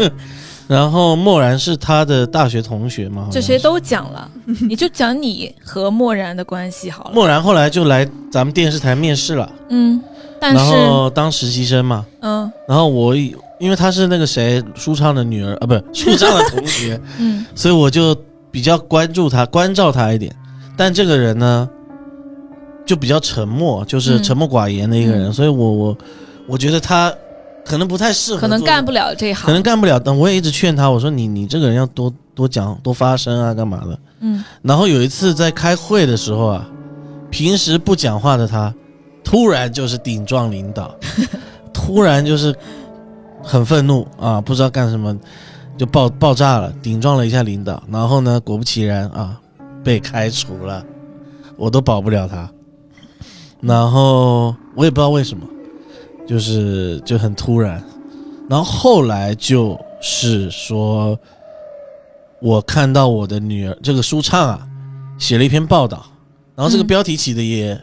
Speaker 6: 然后漠然是他的大学同学嘛，好像
Speaker 7: 这些都讲了，你就讲你和漠然的关系好了。
Speaker 6: 漠然后来就来咱们电视台面试了，
Speaker 7: 嗯，但
Speaker 6: 然
Speaker 7: 是
Speaker 6: 后当实习生嘛。
Speaker 7: 嗯
Speaker 6: 然后我以因为她是那个谁舒畅的女儿啊，不是舒畅的同学，
Speaker 7: 嗯
Speaker 6: 所以我就比较关注她，关照她一点。但这个人呢，就比较沉默，就是
Speaker 7: 嗯
Speaker 6: 沉默寡言的一个人，
Speaker 7: 嗯
Speaker 6: 所以我我我觉得他可能不太适合，
Speaker 7: 可能干不。了这行，
Speaker 6: 可能干不了，但我也一直劝他，我说你你这个人要多多讲多发声啊，干嘛的？
Speaker 7: 嗯
Speaker 6: 然后有一次在开会的时候啊，平时不讲话的他，突然就是顶撞领导，突然就是很愤怒啊，不知道干什么，就爆爆炸了，顶撞了一下领导。然后呢，果不其然啊，被开除了，我都保不了他。然后我也不知道为什么，就是就很突然。然后后来就是说，我看到我的女儿这个舒畅啊，写了一篇报道，然后这个
Speaker 7: 嗯
Speaker 6: 标题起的也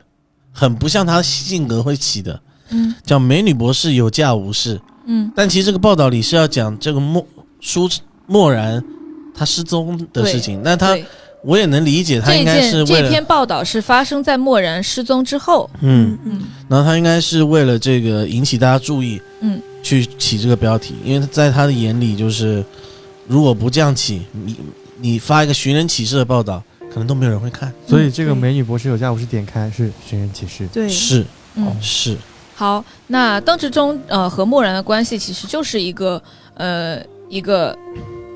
Speaker 6: 很不像她性格会起的，
Speaker 7: 嗯
Speaker 6: 叫“美女博士有价无市
Speaker 7: 嗯”。，
Speaker 6: 但其实这个报道里是要讲这个莫舒漠然她失踪的事情，那她
Speaker 7: 对
Speaker 6: 我也能理解，她
Speaker 7: 这
Speaker 6: 应该是
Speaker 7: 件
Speaker 6: 为
Speaker 7: 这篇
Speaker 6: 了
Speaker 7: 报道是发生在漠然失踪之后，
Speaker 6: 嗯，
Speaker 5: 嗯
Speaker 7: 嗯
Speaker 6: 然后她应该是为了这个引起大家注意，
Speaker 7: 嗯，
Speaker 6: 去起这个标题，因为在她的眼里就是，如果不这样起，你你发一个寻人启事的报道，可能都没有人会看，
Speaker 1: 所以这个
Speaker 5: 对
Speaker 1: 美女博士有价，我是点开是寻人启事。
Speaker 5: 对，
Speaker 6: 是
Speaker 7: 嗯。
Speaker 6: 是。
Speaker 7: 好，那邓志忠呃和漠然的关系其实就是一个呃一个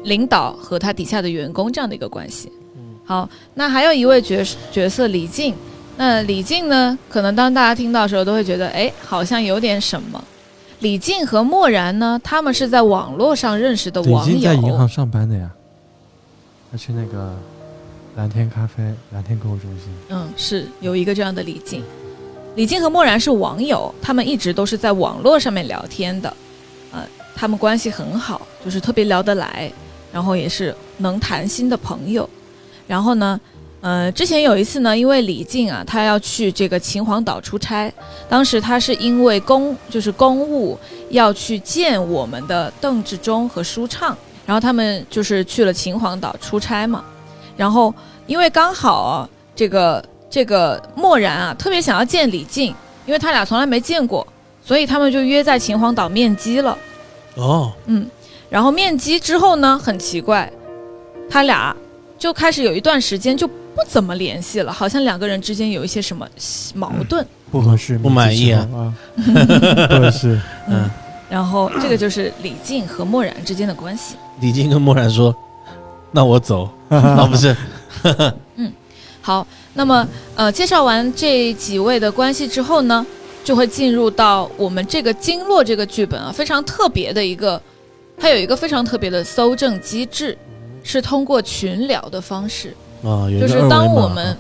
Speaker 7: 领导和他底下的员工这样的一个关系。
Speaker 6: 嗯
Speaker 7: 好，那还有一位角色角色李靖，那李靖呢，可能当大家听到的时候都会觉得，哎，好像有点什么。李靖和漠然呢，他们是在网络上认识的
Speaker 1: 已
Speaker 7: 嗯网
Speaker 1: 经在银行
Speaker 7: 友，
Speaker 1: 上班的呀，他去那个蓝天咖啡、蓝天购物中心。
Speaker 7: 嗯，是有一个这样的李靖。李靖和漠然是网友，他们一直都是在网络上面聊天的，呃，他们关系很好，就是特别聊得来，然后也是能谈心的朋友。然后呢，呃，之前有一次呢，因为李靖啊，他要去这个秦皇岛出差，当时他是因为公就是公务要去见我们的邓志忠和舒畅，然后他们就是去了秦皇岛出差嘛，然后因为刚好啊、这个这个漠然啊，特别想要见李靖，因为他俩从来没见过，所以他们就约在秦皇岛面基了。
Speaker 6: 哦，
Speaker 7: 嗯，然后面基之后呢，很奇怪，他俩就开始有一段时间就不怎么联系了，好像两个人之间有一些什么矛盾。
Speaker 1: 不合适，
Speaker 6: 不满意啊
Speaker 1: 啊！不合适，
Speaker 6: 嗯，
Speaker 7: 然后这个就是李靖和漠然之间的关系。
Speaker 6: 啊李靖跟漠然说：“那我走。”啊，不是，
Speaker 7: 好，那么呃，介绍完这几位的关系之后呢，就会进入到我们这个经络这个剧本啊，非常特别的一个，它有一个非常特别的搜证机制，是通过群聊的方式，
Speaker 6: 啊，有一
Speaker 7: 就
Speaker 6: 个
Speaker 7: 是
Speaker 6: 二维
Speaker 7: 当我
Speaker 6: 码
Speaker 7: 们。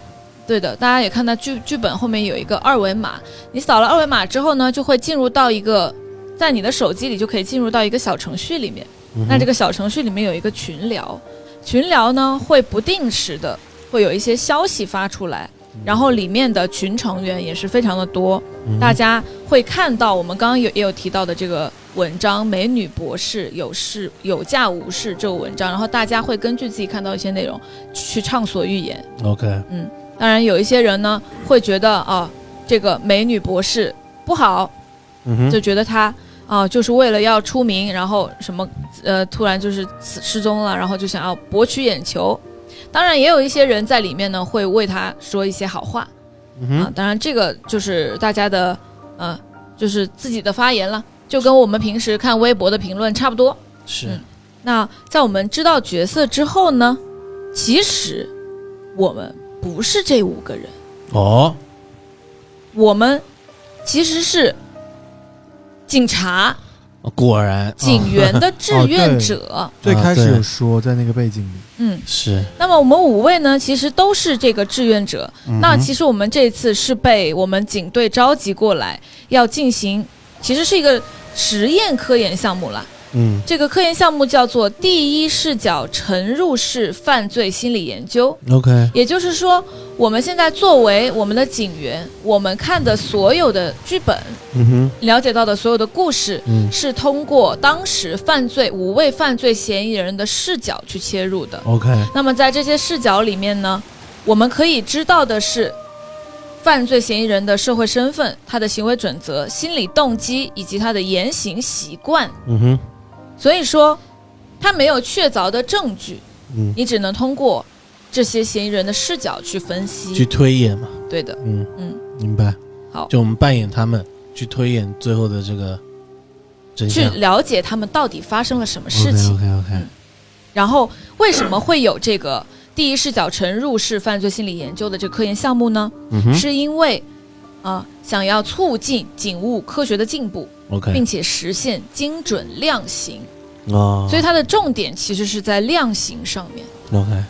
Speaker 7: 对的，大家也看到剧剧本后面有一个二维码，你扫了二维码之后呢，就会进入到一个，在你的手机里就可以进入到一个小程序里面。
Speaker 6: 嗯哼
Speaker 7: 那这个小程序里面有一个群聊，群聊呢会不定时的会有一些消息发出来，然后里面的群成员也是非常的多，
Speaker 6: 嗯哼
Speaker 7: 大家会看到我们刚刚有也有提到的这个文章《美女博士有事有价无市》这个文章，然后大家会根据自己看到一些内容去畅所欲言。
Speaker 6: OK，
Speaker 7: 当然，有一些人呢会觉得啊，这个美女博士不好，
Speaker 6: 嗯哼，
Speaker 7: 就觉得他啊、就是为了要出名，然后什么呃，突然就是死失踪了，然后就想要博取眼球。当然，也有一些人在里面呢，会为他说一些好话
Speaker 6: 嗯
Speaker 7: 啊、
Speaker 6: 哼，
Speaker 7: 当然，这个就是大家的呃，就是自己的发言了，就跟我们平时看微博的评论差不多。
Speaker 6: 是
Speaker 7: 嗯那在我们知道角色之后呢，其实我们不是这五个人，
Speaker 6: 哦，
Speaker 7: 我们其实是警察、
Speaker 6: 果然
Speaker 7: 警
Speaker 6: 啊
Speaker 7: 员的志愿者。
Speaker 1: 最开始
Speaker 6: 哦对
Speaker 1: 有说在那个背景里，
Speaker 7: 嗯，
Speaker 6: 是
Speaker 7: 那么我们五位呢，其实都是这个志愿者。
Speaker 6: 嗯
Speaker 7: 那其实我们这次是被我们警队召集过来，要进行，其实是一个实验科研项目啦。
Speaker 6: 嗯
Speaker 7: 这个科研项目叫做第一视角沉入式犯罪心理研究。
Speaker 6: OK，
Speaker 7: 也就是说，我们现在作为我们的警员，我们看的所有的剧本，
Speaker 6: 嗯哼，
Speaker 7: 了解到的所有的故事，
Speaker 6: 嗯
Speaker 7: 是通过当时犯罪五位犯罪嫌疑人的视角去切入的。
Speaker 6: OK，
Speaker 7: 那么在这些视角里面呢，我们可以知道的是，犯罪嫌疑人的社会身份、他的行为准则、心理动机以及他的言行习惯。
Speaker 6: 嗯哼，
Speaker 7: 所以说，他没有确凿的证据，
Speaker 6: 嗯，
Speaker 7: 你只能通过这些嫌疑人的视角去分
Speaker 6: 去
Speaker 7: 析。
Speaker 6: 推演嘛，
Speaker 7: 对的，
Speaker 6: 嗯
Speaker 7: 嗯，
Speaker 6: 明白。
Speaker 7: 好
Speaker 6: 就我们扮演他们，去推演最后的这个真
Speaker 7: 去
Speaker 6: 相。
Speaker 7: 了解他们到底发生了什么事情。
Speaker 6: OK 啊 OK，
Speaker 7: 嗯然后为什么会有这个第一视角沉入式犯罪心理研究的这个科研项目呢？
Speaker 6: 嗯哼
Speaker 7: 是因为啊、呃想要促进警务科学的进步，
Speaker 6: ，OK
Speaker 7: 并且实现精准量刑，
Speaker 6: 哦，
Speaker 7: 所以它的重点其实是在量刑上面。
Speaker 6: OK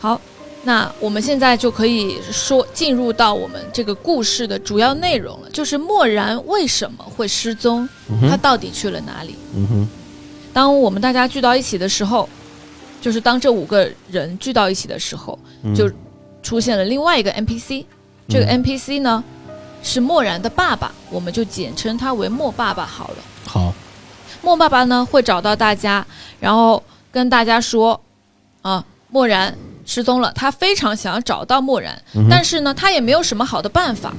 Speaker 7: 好，那我们现在就可以说进入到我们这个故事的主要内容了，就是漠然为什么会失踪，
Speaker 6: 嗯
Speaker 7: 他
Speaker 6: 哼
Speaker 7: 到底去了哪里？
Speaker 6: 嗯哼
Speaker 7: 当我们大家聚到一起的时候，就是当这五个人聚到一起的时候，
Speaker 6: 嗯
Speaker 7: 就出现了另外一个 NPC。这个 NPC 呢、是漠然的爸爸，我们就简称他为莫爸爸好了。
Speaker 6: 好，
Speaker 7: 莫爸爸呢会找到大家，然后跟大家说，啊，漠然失踪了，他非常想要找到漠然，
Speaker 6: 嗯哼
Speaker 7: 但是呢，他也没有什么好的办法，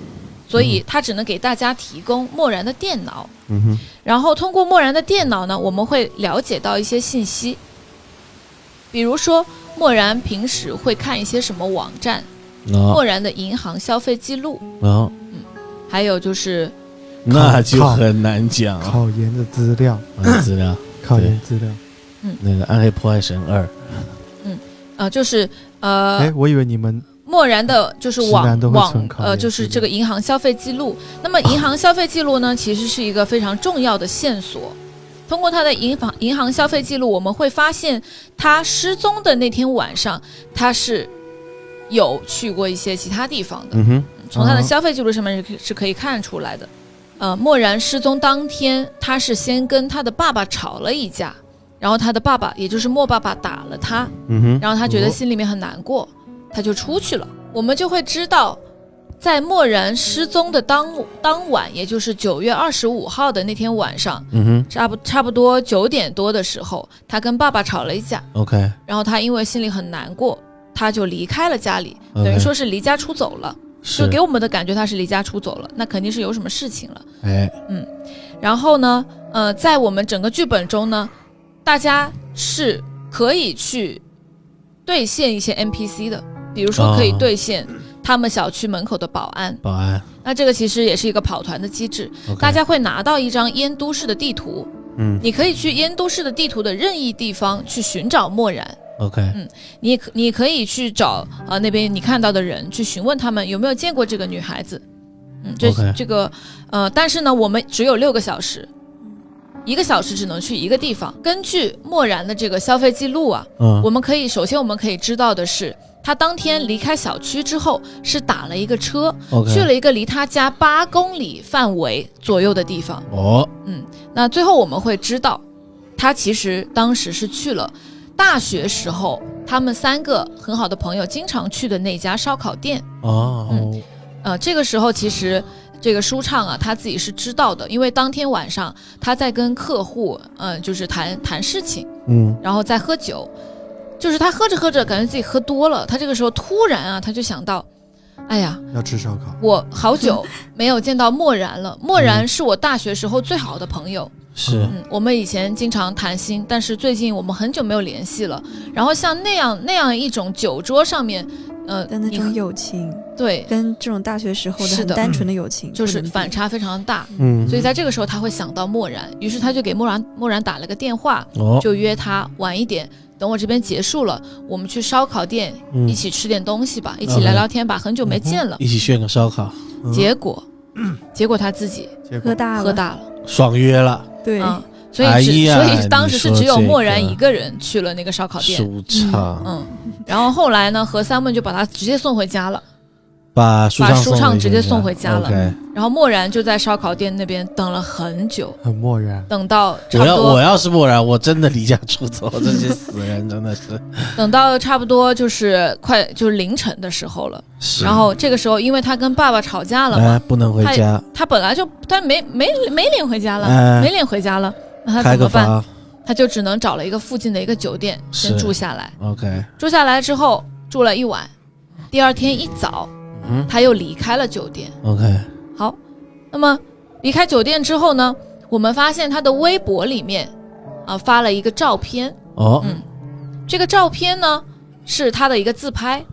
Speaker 7: 所以他只能给大家提供漠然的电脑。
Speaker 6: 嗯哼
Speaker 7: 然后通过漠然的电脑呢，我们会了解到一些信息，比如说漠然平时会看一些什么网站，
Speaker 6: 哦
Speaker 7: 漠然的银行消费记录，
Speaker 6: 哦，
Speaker 7: 还有就是
Speaker 6: 那就很难讲啊
Speaker 1: 考研的资料，
Speaker 6: 啊资料。
Speaker 1: 考研资料。
Speaker 6: 那个《暗黑破坏神二》
Speaker 7: 呃，就是
Speaker 1: 哎
Speaker 7: 呃，，
Speaker 1: 我以为你们
Speaker 7: 漠然的就是
Speaker 1: 直男
Speaker 7: 网
Speaker 1: 都会存
Speaker 7: 网
Speaker 1: 考
Speaker 7: 呃，
Speaker 1: 研
Speaker 7: 就是
Speaker 1: 记录
Speaker 7: 这个银行消费记录。那么银行消费记录呢，其实是一个非常重要的线索。通过他的银行银行消费记录，我们会发现他失踪的那天晚上，他是有去过一些其他地方的。
Speaker 6: 嗯哼，
Speaker 7: 从他的
Speaker 1: 哦
Speaker 7: 消费记录上面是可以是可以看出来的。呃，漠然失踪当天，他是先跟他的爸爸吵了一架，然后他的爸爸，也就是莫爸爸打了他，
Speaker 6: 嗯哼，
Speaker 7: 然后他觉得
Speaker 6: 哦
Speaker 7: 心里面很难过，他就出去了。我们就会知道，在漠然失踪的当当晚，也就是九月二十五号的那天晚上，
Speaker 6: 嗯哼
Speaker 7: 差不差不多九点多的时候，他跟爸爸吵了一架，
Speaker 6: ，OK，
Speaker 7: 然后他因为心里很难过，他就离开了家里，
Speaker 6: OK
Speaker 7: 等于说是离家出走了。
Speaker 6: 嗯是
Speaker 7: 就给我们的感觉他是离家出走了，那肯定是有什么事情了。
Speaker 6: 哎，
Speaker 7: 然后呢，呃，在我们整个剧本中呢，大家是可以去兑现一些 NPC 的，比如说可以
Speaker 6: 哦
Speaker 7: 兑现他们小区门口的保安。
Speaker 6: 保安
Speaker 7: 那这个其实也是一个跑团的机制，
Speaker 6: ，OK，
Speaker 7: 大家会拿到一张燕都市的地图，
Speaker 6: 嗯
Speaker 7: 你可以去燕都市的地图的任意地方去寻找漠然。
Speaker 6: OK，
Speaker 7: 你可你可以去找呃那边你看到的人去询问他们有没有见过这个女孩子，嗯，这
Speaker 6: OK
Speaker 7: 这个呃，但是呢，我们只有六个小时，一个小时只能去一个地方。根据漠然的这个消费记录啊，
Speaker 6: 嗯
Speaker 7: 我们可以首先我们可以知道的是，他当天离开小区之后是打了一个车，
Speaker 6: ，OK，
Speaker 7: 去了一个离他家八公里范围左右的地方。
Speaker 6: 哦，
Speaker 7: 嗯那最后我们会知道，他其实当时是去了大学时候他们三个很好的朋友经常去的那家烧烤店。
Speaker 6: 哦，
Speaker 7: 呃，这个时候其实这个舒畅啊他自己是知道的，因为当天晚上他在跟客户，嗯、就是谈谈事情，
Speaker 6: 嗯，
Speaker 7: 然后在喝酒，就是他喝着喝着感觉自己喝多了，他这个时候突然啊他就想到，哎呀，
Speaker 6: 嗯
Speaker 1: 要吃烧烤，
Speaker 7: 我好久没有见到漠然了，漠然是我大学时候最好的朋友。
Speaker 6: 是，
Speaker 7: 嗯，我们以前经常谈心，但是最近我们很久没有联系了。然后像那样那样一种酒桌上面，呃，
Speaker 5: 的那
Speaker 7: 你
Speaker 5: 种
Speaker 7: 和
Speaker 5: 友情，
Speaker 7: 对，
Speaker 5: 跟这种大学时候的
Speaker 7: 是
Speaker 5: 很
Speaker 7: 的
Speaker 5: 单纯的友情，
Speaker 7: 就是
Speaker 5: 不能比
Speaker 7: 反差非常大。
Speaker 6: 嗯
Speaker 7: 所以在这个时候，他会想到漠然，于是他就给漠然漠然打了个电话，
Speaker 6: 哦，
Speaker 7: 就约他晚一点，等我这边结束了，我们去烧烤店
Speaker 6: 嗯
Speaker 7: 一起吃点东西吧，一起聊聊天吧，很久没见了。
Speaker 6: 一起炫个烧烤，
Speaker 7: 结果，嗯结果他自己
Speaker 1: 嗯结
Speaker 5: 喝
Speaker 1: 果
Speaker 5: 大了，
Speaker 7: 喝大了，
Speaker 6: 爽约了，
Speaker 5: 对，
Speaker 7: 嗯，所以
Speaker 6: 哎
Speaker 7: 只、
Speaker 6: 呀
Speaker 7: 所以当时是只有
Speaker 6: 你说这个
Speaker 7: 漠然一个人去了那个烧烤店。
Speaker 6: 舒畅，
Speaker 7: 嗯，然后后来呢，何三问就把他直接送回家了，
Speaker 6: 把舒畅
Speaker 7: 把舒畅
Speaker 6: 送回
Speaker 7: 直接送回家了
Speaker 6: OK，
Speaker 7: 然后漠然就在烧烤店那边等了很久，
Speaker 1: 很漠然，
Speaker 7: 等到差
Speaker 6: 我
Speaker 7: 不
Speaker 6: 要我
Speaker 7: 多，
Speaker 6: 要是不然，我真的离家出走，这些死人真的是，
Speaker 7: 等到差不多就是快就是凌晨的时候了。
Speaker 6: 是
Speaker 7: 然后这个时候，因为他跟爸爸吵架了嘛，
Speaker 6: 哎不能回家，
Speaker 7: 他本来就他没没没脸回家了，
Speaker 6: 哎
Speaker 7: 没脸回家了，那他
Speaker 6: 开
Speaker 7: 怎
Speaker 6: 个
Speaker 7: 么办？
Speaker 6: 房
Speaker 7: 他就只能找了一个附近的一个酒店先
Speaker 6: 是
Speaker 7: 住下来。
Speaker 6: ，OK，
Speaker 7: 住下来之后住了一晚，第二天一早
Speaker 6: 嗯
Speaker 7: 他又离开了酒店。
Speaker 6: ，OK，
Speaker 7: 好，那么离开酒店之后呢，我们发现他的微博里面啊、发了一个照片，
Speaker 6: 哦，
Speaker 7: 嗯这个照片呢是他的一个自拍。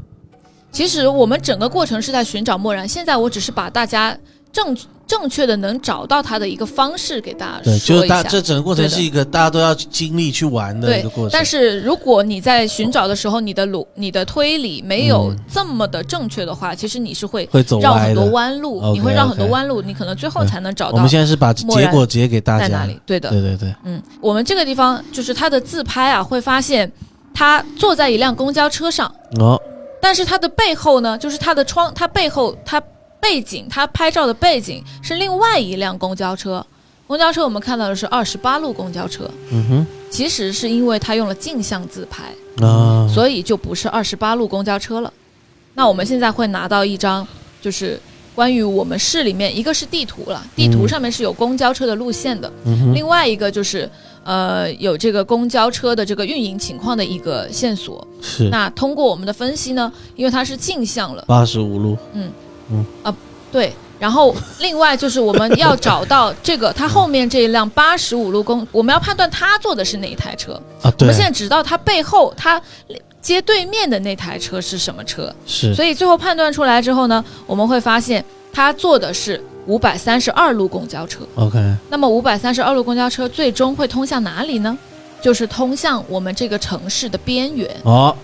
Speaker 7: 其实我们整个过程是在寻找漠然，现在我只是把大家正正确的能找到他的一个方式给大家
Speaker 6: 对，就
Speaker 7: 说
Speaker 6: 是
Speaker 7: 一
Speaker 6: 大
Speaker 7: 下。
Speaker 6: 这整个过程
Speaker 7: 对的
Speaker 6: 是一个大家都要经历去玩的
Speaker 7: 对
Speaker 6: 一个过程，，
Speaker 7: 但是如果你在寻找的时候，你的逻、你的推理没有
Speaker 6: 嗯
Speaker 7: 这么的正确的话，其实你是会
Speaker 6: 会走
Speaker 7: 绕
Speaker 6: 歪
Speaker 7: 很多
Speaker 6: 的。
Speaker 7: 弯路，你
Speaker 6: OK，
Speaker 7: 会绕很多
Speaker 6: OK
Speaker 7: 弯路，你可能最后
Speaker 6: 对
Speaker 7: 才能找
Speaker 6: 我
Speaker 7: 到
Speaker 6: 们现在是把
Speaker 7: 漠
Speaker 6: 结
Speaker 7: 然
Speaker 6: 果直接给大
Speaker 7: 在
Speaker 6: 家，
Speaker 7: 哪里。对的，
Speaker 6: 对对对，
Speaker 7: 嗯，我们这个地方就是他的自拍啊，会发现他坐在一辆公交车上，
Speaker 6: 哦，
Speaker 7: 但是他的背后呢，就是他的窗，他背后他背景，他拍照的背景是另外一辆公交车。公交车我们看到的是二十八路公交车，
Speaker 6: 嗯
Speaker 7: 其实是因为他用了镜像自拍，
Speaker 6: 哼，啊，
Speaker 7: 所以就不是二十八路公交车了。那我们现在会拿到一张，就是关于我们市里面，一个是地图了，地图
Speaker 6: 嗯
Speaker 7: 上面是有公交车的路线的，
Speaker 6: 嗯哼
Speaker 7: 另外一个就是，呃，有这个公交车的这个运营情况的一个线索。
Speaker 6: 是
Speaker 7: 那通过我们的分析呢，因为它是镜像了，
Speaker 6: 八十五路，
Speaker 7: 对。然后另外就是我们要找到这个它后面这一辆八十五路公，我们要判断他坐的是哪一台车。
Speaker 6: 啊，
Speaker 7: 我
Speaker 6: 对
Speaker 7: 们，现在只知道他背后他街对面的那台车是什么车，
Speaker 6: 是
Speaker 7: 所以最后判断出来之后呢，我们会发现他坐的是五百三十二路公交车。
Speaker 6: OK，
Speaker 7: 那么五百三十二路公交车最终会通向哪里呢？就是通向我们这个城市的边缘，
Speaker 6: 哦，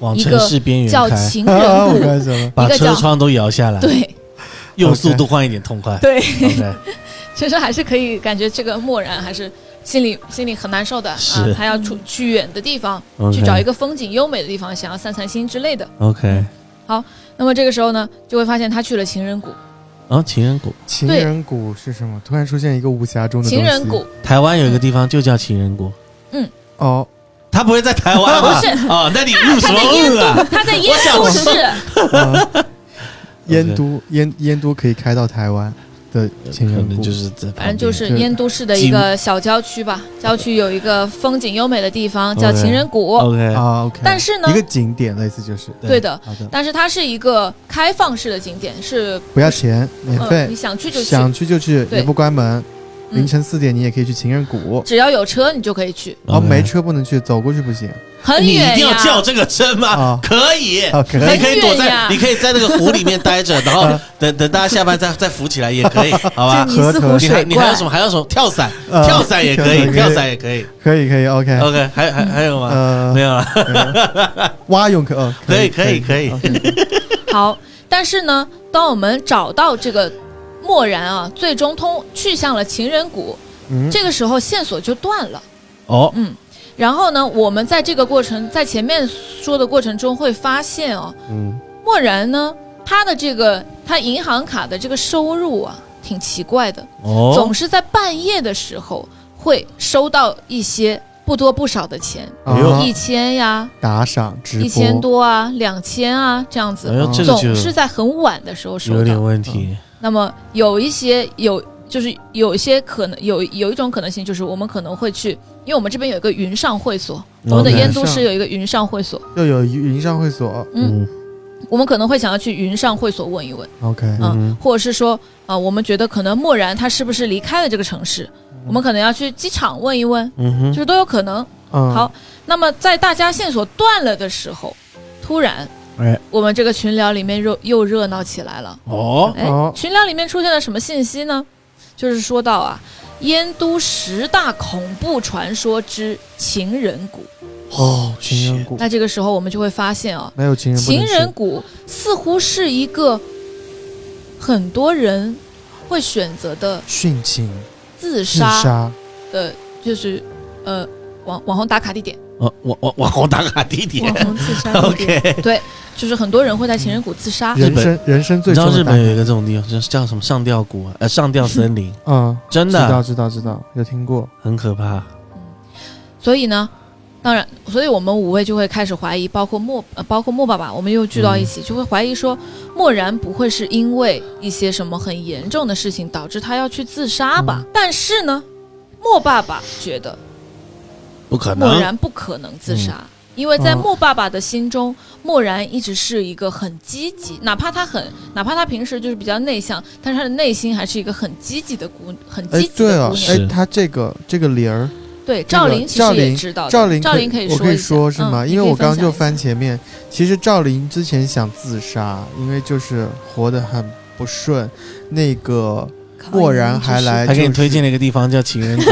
Speaker 6: 往
Speaker 7: 一
Speaker 6: 城
Speaker 7: 个
Speaker 6: 市边缘
Speaker 7: 叫
Speaker 6: 开，哦
Speaker 7: 情
Speaker 1: 啊， 我
Speaker 7: 人谷。
Speaker 1: 看见了，
Speaker 6: 把
Speaker 7: 一个
Speaker 6: 车
Speaker 7: 叫
Speaker 6: 窗都摇下来，，
Speaker 7: 对
Speaker 6: 用速度换一点痛快。
Speaker 7: 对，
Speaker 6: OK，
Speaker 7: 其实还是可以感觉这个漠然还是心里心里很难受的啊
Speaker 6: 是，
Speaker 7: 他要出去远的地方，
Speaker 6: OK
Speaker 7: 去找一个风景优美的地方，想要散散心之类的。
Speaker 6: OK，
Speaker 7: 那么这个时候呢，就会发现他去了情人谷，
Speaker 6: 啊，情人谷，
Speaker 1: 情人谷是什么？突然出现一个无暇中的东西
Speaker 7: 情人 谷
Speaker 6: 台湾有一个地方就叫情人谷，
Speaker 1: 哦，
Speaker 6: 他不会在台湾吧？
Speaker 7: 不是
Speaker 6: 哦，那你入什么
Speaker 7: 烟
Speaker 6: 路啊？
Speaker 7: 都，他在烟
Speaker 6: 想
Speaker 7: 都
Speaker 6: 说
Speaker 7: 市，
Speaker 1: 啊燕都燕燕都可以开到台湾的情
Speaker 6: 可
Speaker 1: 人
Speaker 6: 能
Speaker 1: 谷，
Speaker 6: 就是在旁边，
Speaker 7: 反正就是
Speaker 1: 对
Speaker 7: 烟都市的一个小郊区吧。郊区有一个风景优美的地方叫
Speaker 6: OK
Speaker 7: 情人谷，
Speaker 6: OK，
Speaker 1: 啊，OK，
Speaker 7: 但是呢
Speaker 1: 一个景点类似就是
Speaker 6: 对
Speaker 7: 对的，
Speaker 1: 好的，
Speaker 7: 但是它是一个开放式的景点，是
Speaker 1: 不要钱，免
Speaker 7: 呃，你
Speaker 1: 费，
Speaker 7: 想去就去，
Speaker 1: 想去就去，
Speaker 7: 对
Speaker 1: 也不关门，
Speaker 7: 嗯
Speaker 1: 凌晨四点你也可以去情人谷。
Speaker 7: 只要有车你就可以去。
Speaker 1: 哦，
Speaker 6: 嗯 OK
Speaker 1: 没车不能去，走过去不行。
Speaker 7: 很
Speaker 6: 你
Speaker 7: 远
Speaker 6: 一定要
Speaker 7: 呀
Speaker 6: 叫这个真吗
Speaker 1: 啊？
Speaker 6: 可以，
Speaker 1: 啊可以
Speaker 6: 你可以躲
Speaker 7: 很远
Speaker 6: 在
Speaker 7: 呀，
Speaker 6: 你可以在那个湖里面待着， 然后等等大家下班再再浮起来也可以，好吧
Speaker 5: 就？尼斯
Speaker 1: 河
Speaker 5: 湖
Speaker 6: 你
Speaker 5: 呃水
Speaker 6: 还你还有
Speaker 5: 怪
Speaker 6: 什，么？还有什么？跳伞，
Speaker 1: 呃
Speaker 6: 跳伞也可
Speaker 1: 跳伞
Speaker 6: 以，
Speaker 1: 可以
Speaker 6: 跳伞也可以。
Speaker 1: 可以可以，OK，
Speaker 6: OK，还还还有吗？
Speaker 1: 呃
Speaker 6: 没，有啊了。
Speaker 1: 蛙泳可哦
Speaker 6: 可以
Speaker 1: 可哦
Speaker 6: 可以
Speaker 1: OK
Speaker 7: 好，但是呢，当我们找到这个漠然啊，最终通去向了情人谷，
Speaker 1: 嗯，
Speaker 7: 这个时候线索就断了。
Speaker 6: 哦，
Speaker 7: 然后呢，我们在这个过程，在前面说的过程中会发现哦，
Speaker 1: 嗯
Speaker 7: 漠然呢，他的这个他银行卡的这个收入啊，挺奇怪的，
Speaker 6: 哦
Speaker 7: 总是在半夜的时候会收到一些不多不少的钱，
Speaker 1: 哎
Speaker 6: 呦
Speaker 1: 呦
Speaker 7: 一，千呀，
Speaker 1: 打赏直播
Speaker 7: 一千多啊，两千啊这样
Speaker 6: 哎
Speaker 7: 子，
Speaker 6: 呦，
Speaker 1: 嗯
Speaker 6: 这个
Speaker 7: 总是
Speaker 6: 就
Speaker 7: 在很晚的时候收
Speaker 6: 有
Speaker 7: 到
Speaker 6: 点。问题。
Speaker 7: 那么有一些有就是有一些可能有有一种可能性就是我们可能会去，因为我们这边有一个云上会所，我们的
Speaker 6: OK
Speaker 7: 燕都市有一个云上会所，
Speaker 1: 又有云上会所
Speaker 7: 嗯，我们可能会想要去云上会所问一问，
Speaker 1: ，OK，
Speaker 7: 嗯，或者是说啊、我们觉得可能漠然他是不是离开了这个城市，我们可能要去机场问一问，
Speaker 6: 嗯
Speaker 7: 就
Speaker 6: 哼，
Speaker 7: 是都有可能。
Speaker 1: 嗯
Speaker 7: 好，那么在大家线索断了的时候，突然，
Speaker 6: 哎，
Speaker 7: 我们这个群聊里面又又热闹起来了。
Speaker 6: 哦，
Speaker 7: 哎
Speaker 1: 哦，
Speaker 7: 群聊里面出现了什么信息呢？就是说到啊，燕都十大恐怖传说之情人谷。
Speaker 1: 哦，情人谷
Speaker 7: 那这个时候我们就会发现啊，
Speaker 1: 没有情人不能
Speaker 7: 情
Speaker 1: 吃
Speaker 7: 人谷似乎是一个很多人会选择的
Speaker 1: 殉情
Speaker 7: 自
Speaker 1: 自
Speaker 7: 杀
Speaker 1: 杀，
Speaker 7: 的，就是呃网网红打卡地点，
Speaker 6: 哦我我我红打卡地点
Speaker 7: 网。红自杀地点，
Speaker 6: OK，
Speaker 7: 就是很多人会在情人谷自杀。
Speaker 1: 人
Speaker 6: 本
Speaker 1: 生人生
Speaker 6: 你
Speaker 1: 最
Speaker 6: 知
Speaker 1: 终
Speaker 6: 道
Speaker 1: 的
Speaker 6: 日
Speaker 1: 答
Speaker 6: 本
Speaker 1: 案
Speaker 6: 有一个这种地方，就是叫什么上吊谷啊，呃，上吊森林，
Speaker 1: 嗯，
Speaker 6: 真
Speaker 1: 知道
Speaker 6: 的啊
Speaker 1: 知道知道，有听过，
Speaker 6: 很可怕。
Speaker 7: 所以呢，当然，所以我们五位就会开始怀疑，包括莫，呃、包括莫爸爸，我们又聚到一
Speaker 1: 嗯
Speaker 7: 起，就会怀疑说，漠然不会是因为一些什么很严重的事情导致他要去自杀
Speaker 1: 嗯
Speaker 7: 吧？但是呢，莫爸爸觉得
Speaker 6: 不可
Speaker 7: 漠
Speaker 6: 能，
Speaker 7: 然不可能自杀。因为在
Speaker 1: 哦
Speaker 7: 莫爸爸的心中，漠然一直是一个很积极，哪怕他很，哪怕他平时就是比较内向，但是他的内心还是一个很积极的姑，很
Speaker 1: 哎
Speaker 7: 积，极
Speaker 1: 对
Speaker 7: 的
Speaker 1: 啊
Speaker 7: 姑，娘。
Speaker 1: 哎
Speaker 6: 是，
Speaker 1: 他这个这个理儿，
Speaker 7: 对，
Speaker 1: 这个
Speaker 7: 赵琳其
Speaker 1: 赵
Speaker 7: 实也
Speaker 1: 琳
Speaker 7: 知道的，
Speaker 1: 赵琳
Speaker 7: 赵琳可以
Speaker 1: 我
Speaker 7: 说
Speaker 1: 可
Speaker 7: 一
Speaker 1: 以
Speaker 7: 下
Speaker 1: 说是吗？
Speaker 7: 嗯、
Speaker 1: 因为我刚刚就
Speaker 7: 翻
Speaker 1: 翻前面，其实赵琳之前想自杀，因为就是活得很不顺，那个
Speaker 5: 考
Speaker 1: 漠
Speaker 5: 验
Speaker 1: 然
Speaker 5: 之
Speaker 1: 还
Speaker 5: 时
Speaker 1: 来
Speaker 6: 还给
Speaker 1: 就
Speaker 6: 你推
Speaker 1: 是
Speaker 6: 荐了一个地方叫情人谷。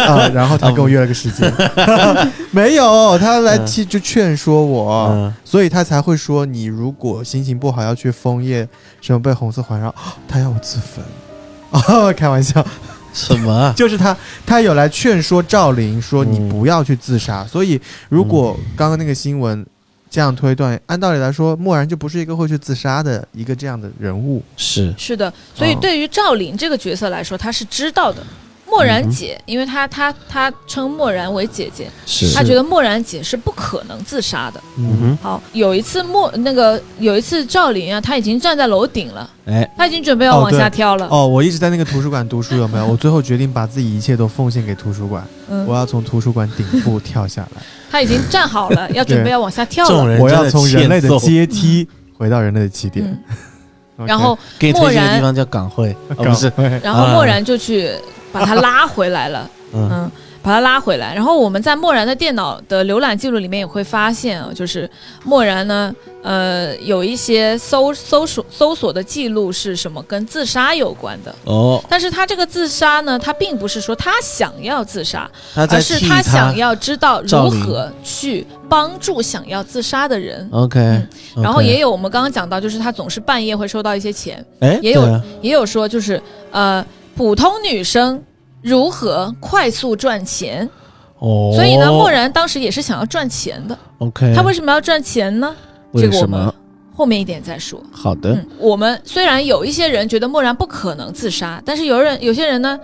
Speaker 1: 啊，然后他跟我约了个时 间， 没有，他来
Speaker 6: 啊嗯
Speaker 1: 去就劝说 我，
Speaker 6: 嗯，
Speaker 1: 所以他才会说你如果心情不好要去枫叶，什么被红色环绕， 他要我自焚。哦， 开玩笑，
Speaker 6: 什么啊？
Speaker 1: 就是他，他有来劝说赵琳说你
Speaker 6: 嗯
Speaker 1: 不要去自杀。所以，如果刚刚那个新闻这样推断，按道理来说，漠然就不是一个会去自杀的一个这样的人物。
Speaker 6: 是
Speaker 7: 是的，所以
Speaker 1: 哦
Speaker 7: 对于赵琳这个角色来说，她是知道的。
Speaker 1: 嗯
Speaker 7: 漠然姐，因为她她她称漠然为姐姐，
Speaker 6: 是
Speaker 7: 她觉得漠然姐是不可能自杀的。
Speaker 6: 嗯
Speaker 7: 好，有一次漠那个有一次赵琳啊，她已经站在楼顶了，
Speaker 6: 哼，哎，
Speaker 7: 她已经准备要
Speaker 1: 哦
Speaker 7: 往
Speaker 1: 对
Speaker 7: 下跳了。
Speaker 1: 哦，我一直在那个图书馆读书，有没有？我最后决定把自己一切都奉献给图书馆，哦我
Speaker 7: 嗯，
Speaker 1: 要从图书馆顶部跳下来。
Speaker 7: 她已经站好了，要准备要往下跳
Speaker 6: 这种
Speaker 7: 了。
Speaker 6: 人
Speaker 1: 我
Speaker 6: 真
Speaker 1: 要从人类的
Speaker 6: 欠揍
Speaker 1: 阶梯回到人类的起点。
Speaker 7: 嗯，
Speaker 1: OK
Speaker 7: 然后
Speaker 6: 给你推荐的地方叫港汇，哦不是，
Speaker 1: 赶快
Speaker 7: 然后
Speaker 6: 啊
Speaker 7: 漠然就去把她拉回来了。
Speaker 6: 嗯，
Speaker 7: 嗯，把它拉回来。然后我们在漠然的电脑的浏览记录里面也会发现啊，就是漠然呢，呃，有一些搜搜索搜索的记录是什么跟自杀有关的。
Speaker 6: 哦，
Speaker 7: 但是他这个自杀呢，他并不是说他想要自杀，
Speaker 6: 他在
Speaker 7: 而是
Speaker 6: 替
Speaker 7: 他想要知道
Speaker 6: 赵
Speaker 7: 如
Speaker 6: 琳
Speaker 7: 何去帮助想要自杀的人。
Speaker 6: 嗯 OK，
Speaker 7: 嗯然后也
Speaker 6: 有
Speaker 7: 有我们刚刚讲到，就是他总是半夜会收到一些钱，
Speaker 6: 哎，
Speaker 7: 也有
Speaker 6: 对啊
Speaker 7: 也有说就是呃，普通女生如何快速赚钱，
Speaker 6: 哦，
Speaker 7: 所以呢，漠然当时也是想要赚钱的。
Speaker 6: OK，
Speaker 7: 他为什么要赚钱呢？这
Speaker 6: 为
Speaker 7: 个我
Speaker 6: 什
Speaker 7: 们
Speaker 6: 么？
Speaker 7: 后面一点再说。
Speaker 6: 好的
Speaker 7: 嗯，我们虽然有一些人觉得漠然不可能自杀，但是有人有些人呢，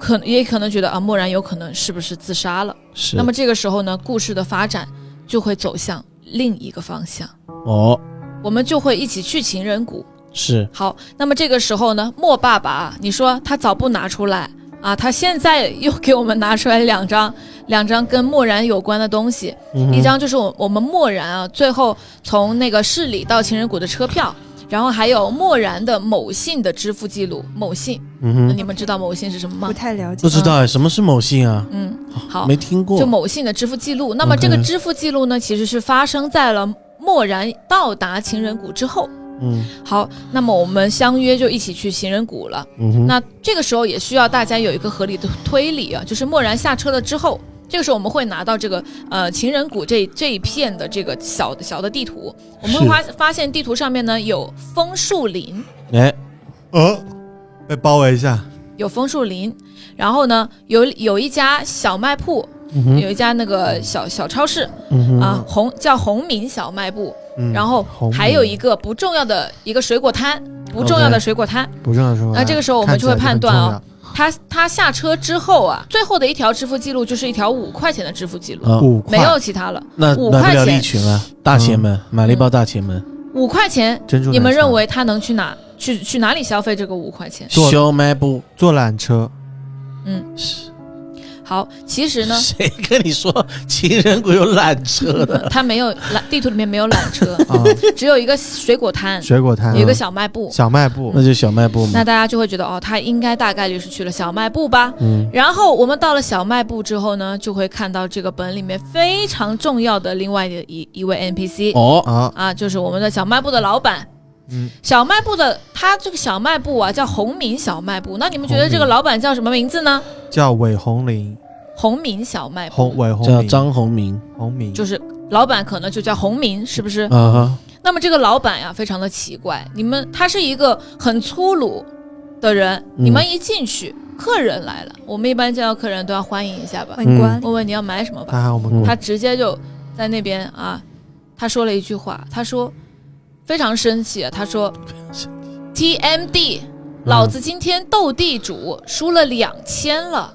Speaker 7: 可也可能觉得啊，漠然有可能是不是自杀了？
Speaker 6: 是
Speaker 7: 那么这个时候呢，故事的发展就会走向另一个方向，
Speaker 6: 哦
Speaker 7: 我们就会一起去情人谷。
Speaker 6: 是
Speaker 7: 好，那么这个时候呢，莫爸爸啊，你说他早不拿出来啊，他现在又给我们拿出来两张两张跟漠然有关的东
Speaker 6: 嗯
Speaker 7: 西，一张就是我我们漠然啊，最后从那个市里到情人谷的车票，然后还有漠然的某信的支付记录，某信，
Speaker 6: 嗯
Speaker 7: 那
Speaker 6: 哼，
Speaker 7: 你们知道某信是什么
Speaker 5: 不
Speaker 7: 吗？
Speaker 5: 太了解
Speaker 6: 不。知道哎，什么是某信啊？
Speaker 7: 嗯，好，
Speaker 6: 没听过。
Speaker 7: 就某信的支付记录。那么这个
Speaker 6: OK
Speaker 7: 支付记录呢，其实是发生在了漠然到达情人谷之后。
Speaker 6: 嗯
Speaker 7: 好，那么我们相约就一起去情人谷了。
Speaker 6: 嗯哼，
Speaker 7: 那这个时候也需要大家有一个合理的推理啊，就是漠然下车了之后，这个时候我们会拿到这个呃情人谷这这一片的这个小小的地图，我们会
Speaker 6: 是
Speaker 7: 发发现地图上面呢有枫树林，
Speaker 6: 哎，
Speaker 1: 呃，被包围一下，
Speaker 7: 有枫树林，然后呢有有一家小卖铺，
Speaker 6: 嗯哼，
Speaker 7: 有一家那个小小超市
Speaker 6: 嗯哼，
Speaker 7: 啊，红叫红明小卖部，
Speaker 6: 嗯
Speaker 7: 然后
Speaker 1: 红明
Speaker 7: 还有一个不重要的一个水果摊，不重要的水果摊。
Speaker 1: 不正说
Speaker 7: 那啊这个时候我们就会判断
Speaker 1: 啊
Speaker 7: 哦，他他下车之后啊，最后的一条支付记录就是一条五块钱的支付记录，
Speaker 6: 啊，
Speaker 1: 五
Speaker 7: 没
Speaker 1: 块
Speaker 7: 有其他了。
Speaker 6: 那
Speaker 7: 五
Speaker 6: 买
Speaker 7: 块
Speaker 6: 不了
Speaker 7: 钱嗯
Speaker 6: 利群了，大前门买了一包大前门，
Speaker 7: 五块钱，
Speaker 1: 珍珠奶茶，
Speaker 7: 你们认为他能去哪去去哪里消费这个五块钱？
Speaker 1: 坐
Speaker 6: 小卖部。
Speaker 1: 坐缆车
Speaker 7: 好，其实呢，
Speaker 6: 谁跟你说情人谷有缆车的？
Speaker 7: 他没有缆，地图里面没有缆车，
Speaker 1: 啊，
Speaker 7: 只有一个水果摊，
Speaker 1: 水果摊嗯
Speaker 7: 有一个小卖
Speaker 6: 嗯
Speaker 7: 部。
Speaker 1: 小卖部
Speaker 6: 那，就小卖部嘛
Speaker 7: 那。大家就会觉得哦，他应该大概率是去了小卖部吧。
Speaker 6: 嗯，
Speaker 7: 然后我们到了小卖部之后呢，就会看到这个本里面非常重要的另外的一一位 NPC，
Speaker 6: 哦，
Speaker 1: 啊，
Speaker 7: 啊，就是我们的小卖部的老板。
Speaker 1: 嗯，
Speaker 7: 小卖部的他这个小卖部啊叫红明小卖部，那你们觉得这个
Speaker 1: 红明
Speaker 7: 老板叫什么名字呢？
Speaker 1: 叫韦红林，
Speaker 7: 红明小卖部，
Speaker 1: 红韦红
Speaker 6: 叫
Speaker 1: 林
Speaker 6: 张宏明
Speaker 1: 红明，
Speaker 7: 就是老板可能就叫红明，是不是？
Speaker 6: 啊哈，
Speaker 7: 那么这个老板呀、非常的奇怪，你们他是一个很粗鲁的人，
Speaker 6: 嗯
Speaker 7: 你们一进去，客人来了，我们一般见到客人都要欢迎一下吧，
Speaker 5: 问官
Speaker 7: 问问你要买什么吧。
Speaker 1: 他喊我们
Speaker 6: 嗯
Speaker 1: 过
Speaker 7: 他直接就在那边啊，他说了一句话，他说非常生气，啊他 说 TMD，老
Speaker 6: 嗯
Speaker 7: 子今天斗地主输了两千了，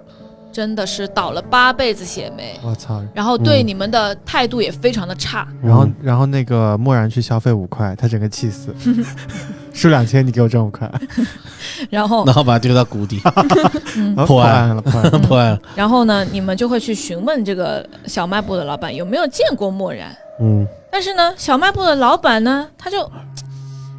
Speaker 7: 真的是倒了八辈子血霉。
Speaker 1: 我操！
Speaker 7: 然后对
Speaker 6: 嗯
Speaker 7: 你们的态度也非常的差，
Speaker 1: 然后，然后那个漠然去消费五块，他整个气 死，输两千，你给我挣五块，
Speaker 7: 然后
Speaker 6: 然后把他丢到 谷底，
Speaker 7: 嗯，
Speaker 1: 啊
Speaker 6: 破案
Speaker 1: 案了，破案了，
Speaker 7: 嗯
Speaker 6: 破案了。
Speaker 7: 然后呢，你们就会去询问这个小卖部的老板有没有见过漠然。
Speaker 6: 嗯，
Speaker 7: 但是呢，小卖部的老板呢，他就，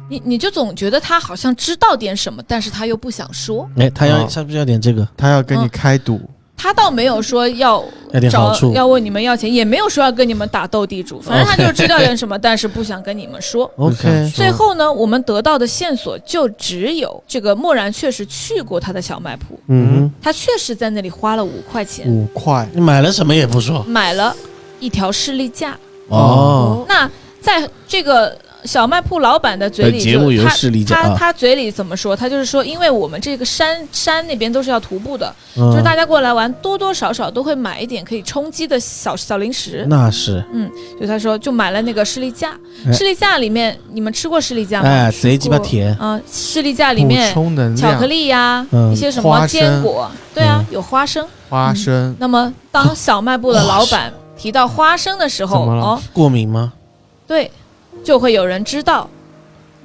Speaker 7: 你你就总觉得他好像知道点什么，但是他又不想说。
Speaker 6: 哎，他要
Speaker 1: 哦
Speaker 6: 是不是要点这个？
Speaker 1: 他要跟你开赌，
Speaker 7: 他倒没有说要
Speaker 6: 要点好
Speaker 7: 找
Speaker 6: 处？哦
Speaker 7: 要问你们要钱，也没有说要跟你们打斗地主，反正他就知道点什么，但是不想跟你们说。
Speaker 1: 不想
Speaker 6: OK，
Speaker 1: 说
Speaker 7: 最后呢，我们得到的线索就只有这个漠然确实去过他的小卖铺，
Speaker 6: 嗯
Speaker 7: 他确实在那里花了五块钱
Speaker 1: 五块
Speaker 6: 哼，你买了什么也不说
Speaker 7: 买了一条士力架。
Speaker 6: 哦，
Speaker 7: 那在这个小卖铺老板的嘴里
Speaker 6: 本
Speaker 1: 哎
Speaker 7: 就，
Speaker 6: 节目由士力架
Speaker 7: 他
Speaker 6: 啊
Speaker 7: 他他嘴里怎么说？他就是说，因为我们这个山山那边都是要徒步的，
Speaker 1: 嗯
Speaker 6: 就
Speaker 7: 就是大家过来玩，多多少少都会买一点可以充饥的小小零食。
Speaker 6: 那是
Speaker 7: 就他说，就买了那个士力架
Speaker 6: 哎。
Speaker 7: 士力架里面，你们吃过士力架吗？
Speaker 6: 哎，贼鸡巴甜，
Speaker 7: 嗯、士力架里
Speaker 1: 补
Speaker 7: 面
Speaker 1: 充能量，
Speaker 7: 巧克力呀、
Speaker 6: 嗯
Speaker 7: 一些什
Speaker 1: 花
Speaker 7: 么
Speaker 1: 生嗯
Speaker 7: 坚果，对啊，有花生。
Speaker 1: 花生，
Speaker 7: 那么当小卖部的老板提到花生的时候，
Speaker 1: 怎么了
Speaker 7: 哦，
Speaker 6: 过敏吗？
Speaker 7: 对，就会有人知道，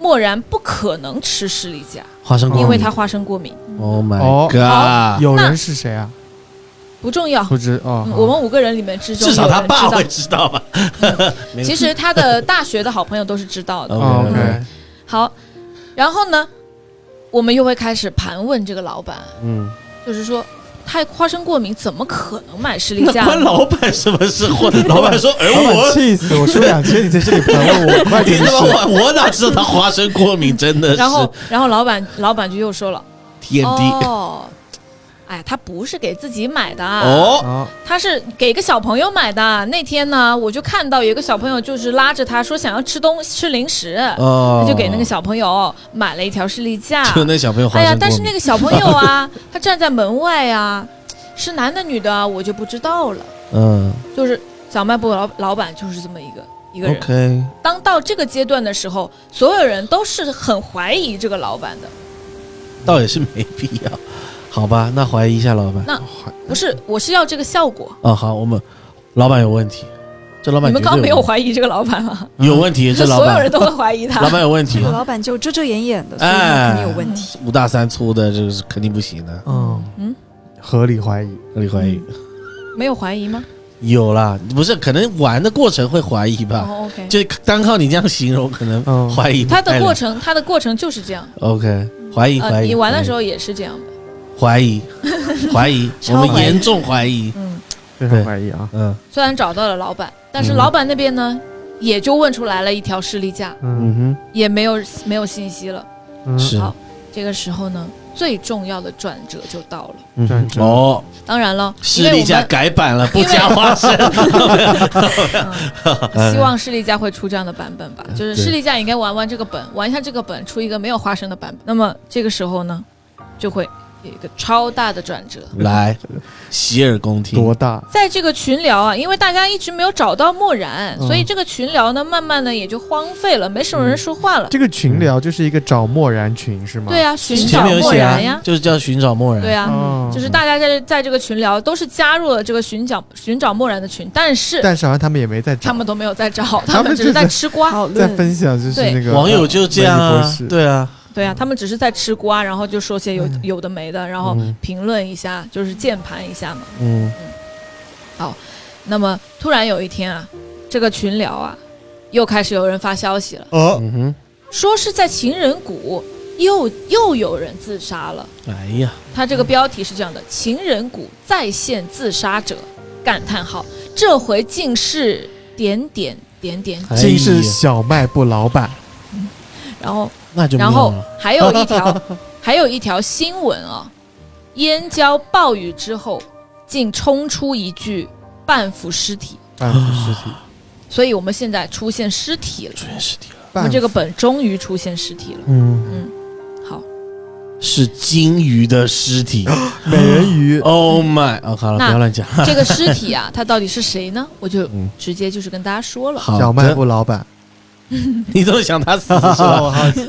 Speaker 7: 漠然不可能吃士力架，
Speaker 6: 花生过敏，
Speaker 7: 因为他花生过敏，
Speaker 6: Oh
Speaker 1: 哦
Speaker 6: my god，
Speaker 1: 有
Speaker 7: 那
Speaker 1: 人是谁啊？
Speaker 7: 不重要。
Speaker 1: 不知哦
Speaker 7: 嗯，
Speaker 1: 好
Speaker 7: 我们五个人里面之中，
Speaker 6: 至少他爸
Speaker 7: 知道
Speaker 6: 会。知道吧？没
Speaker 7: 其实他的大学的好朋友都是知道的。
Speaker 1: 哦
Speaker 6: OK，
Speaker 1: OK，
Speaker 7: 好，然后呢，我们又会开始盘问这个老板，
Speaker 6: 嗯，
Speaker 7: 就是说他花生过敏，怎么可能买士力
Speaker 6: 那
Speaker 7: 架
Speaker 6: 关
Speaker 7: 呢？
Speaker 6: 老板什么 事？或者老板说，哎，
Speaker 1: 老板
Speaker 6: 我
Speaker 1: 气死我，输两千，你在这里盘我五块
Speaker 6: 你
Speaker 1: 钱
Speaker 6: 他
Speaker 1: 吃，
Speaker 6: 妈我我哪知道他花生过敏？真的是
Speaker 7: 然后，然后老板老板就又说了，
Speaker 6: TMD
Speaker 7: 哦，哎，他不是给自己买的啊。
Speaker 6: 哦，
Speaker 1: 哦，
Speaker 7: 他是给个小朋友买的。那天呢，我就看到有一个小朋友就是拉着他说想要吃东吃零食，
Speaker 6: 哦
Speaker 7: 他就给那个 小朋友买了一条士力架。
Speaker 6: 就那小朋友花
Speaker 7: 哎
Speaker 6: 生
Speaker 7: 呀
Speaker 6: 过，
Speaker 7: 但是
Speaker 6: 敏
Speaker 7: 那个小朋友 啊，他站在门外啊，是男的女的啊我就不知道了。
Speaker 6: 嗯
Speaker 7: 就是小卖部老老板就是这么一个一个人。
Speaker 6: ，OK，
Speaker 7: 当到这个阶段的时候，所有人都是很怀疑这个老板的。
Speaker 6: 倒也是没必要，好吧？那怀疑一下老板。
Speaker 7: 不是，我是要这个效果。
Speaker 6: 啊，好，我们老板有问题，这老板
Speaker 7: 你们
Speaker 6: 绝对
Speaker 7: 刚刚没有
Speaker 6: 问
Speaker 7: 怀疑这个老板吗？
Speaker 6: 题有 问题，这老
Speaker 7: 所有
Speaker 6: 板
Speaker 7: 人都会怀疑他。
Speaker 6: 老板有问题
Speaker 7: 啊
Speaker 5: 这，个老板就遮遮掩掩的，所以
Speaker 6: 哎
Speaker 5: 他肯定有问题。
Speaker 6: 五大三粗的，这个是肯定不行的，
Speaker 1: 嗯
Speaker 7: 嗯，
Speaker 1: 合理怀疑，
Speaker 6: 合理怀疑。
Speaker 7: 没有怀疑吗？
Speaker 6: 有啦，不是，可能玩的过程会怀疑吧，
Speaker 7: 哦，OK，
Speaker 6: 就单靠你这样形容，可能
Speaker 1: 嗯
Speaker 6: 怀疑不
Speaker 7: 它的
Speaker 6: 太了
Speaker 7: 过程，它的过程就是这样。
Speaker 6: OK，怀疑
Speaker 7: 呃，
Speaker 6: 怀疑。
Speaker 7: 你玩的时
Speaker 6: 候
Speaker 7: 候也是这样的，
Speaker 6: 怀疑 怀疑，我
Speaker 5: 超
Speaker 6: 们
Speaker 5: 怀疑
Speaker 6: 严重怀疑。
Speaker 7: 嗯。
Speaker 1: 非
Speaker 6: 对
Speaker 1: 常怀疑啊。
Speaker 6: 嗯
Speaker 7: 虽然找到了老板，但是
Speaker 6: 嗯
Speaker 7: 老板那边呢，也就问出来了一条视力价，
Speaker 1: 嗯
Speaker 6: 嗯
Speaker 7: 也没有没有信息了。
Speaker 1: 嗯
Speaker 6: 哼，是
Speaker 7: 好这个时候呢，最重要的转折就到了。
Speaker 6: 嗯
Speaker 1: 转
Speaker 6: 哼
Speaker 1: 折
Speaker 6: 哦，
Speaker 7: 当然了，
Speaker 6: 视力
Speaker 7: 因
Speaker 6: 加
Speaker 7: 为
Speaker 6: 改版了，不
Speaker 7: 因为
Speaker 6: 加花生。
Speaker 7: 我们希望视力家会出这样的版本吧，就是
Speaker 6: 嗯对
Speaker 7: 视力家也应该玩玩这个本，玩一下这个本，出一个没有花生的版本。那么这个时候呢，就会有一个超大的转折。
Speaker 6: 来，洗耳恭听
Speaker 1: 多。大？
Speaker 7: 在这个群聊啊，因为大家一直没有找到墨然，
Speaker 1: 嗯
Speaker 7: 所以这个群聊呢，慢慢的也就荒废了，没什么人说话了。
Speaker 1: 这个群聊就是一个找漠然群是吗？
Speaker 7: 对，啊，寻
Speaker 6: 前
Speaker 7: 找
Speaker 6: 面有
Speaker 7: 墨
Speaker 6: 写
Speaker 7: 然呀
Speaker 6: 啊，，就是叫寻找漠然。
Speaker 7: 对啊，
Speaker 1: 哦
Speaker 7: 就是大家在在这个群聊都是加入了这个寻找寻找墨然的群，但是
Speaker 1: 但是好像他们也没在找
Speaker 7: 他们都没有在找，
Speaker 1: 他
Speaker 7: 他
Speaker 1: 们
Speaker 7: 们只是在
Speaker 1: 就是
Speaker 7: 吃瓜。
Speaker 5: 讨
Speaker 1: 在
Speaker 5: 论
Speaker 1: 分享，就是
Speaker 7: 对
Speaker 1: 那个
Speaker 6: 网友就这样
Speaker 1: 美女博
Speaker 6: 啊
Speaker 1: 士，
Speaker 6: 对啊，
Speaker 7: 对啊，他们只是在吃瓜，然后就说些有
Speaker 1: 嗯
Speaker 7: 有的没的，然后
Speaker 1: 嗯
Speaker 7: 评论一下，就是键盘一下嘛。
Speaker 6: 嗯，
Speaker 7: 那么突然有一天啊，这个群聊啊，又开始有人发消息了，
Speaker 1: 哦，
Speaker 6: 嗯哼，
Speaker 7: 说是在情人谷又又有人自杀了。
Speaker 6: 哎呀，
Speaker 7: 他这个标题是这样的：情人谷再现自杀者，感叹号，这回竟是点点点点。
Speaker 6: 哎呀
Speaker 1: 这是小卖部老板，
Speaker 7: 然后
Speaker 6: 那就没
Speaker 7: 然
Speaker 6: 有
Speaker 7: 后
Speaker 6: 了。
Speaker 7: 还有一条， 还有一条新闻啊、燕郊暴雨之后，竟冲出一具半腐尸体，
Speaker 1: 半腐尸体，
Speaker 7: 所以我们现在出现尸体了。
Speaker 6: 出现尸体了，
Speaker 7: 我
Speaker 1: 半
Speaker 7: 们
Speaker 1: 腐
Speaker 7: 这个本终于出现尸体了。
Speaker 1: 嗯，
Speaker 7: 好，
Speaker 6: 是金鱼的 尸体。
Speaker 1: 美人鱼
Speaker 6: Oh my！哦，好了，
Speaker 7: 那
Speaker 6: 不要乱讲。
Speaker 7: 这个尸体啊，它到底是谁呢？我就
Speaker 6: 嗯
Speaker 7: 直接就是跟大家说了。
Speaker 6: 好
Speaker 1: 小卖
Speaker 6: 的，
Speaker 1: 部老板，
Speaker 6: 你怎么想他死是吧？
Speaker 1: 我好奇，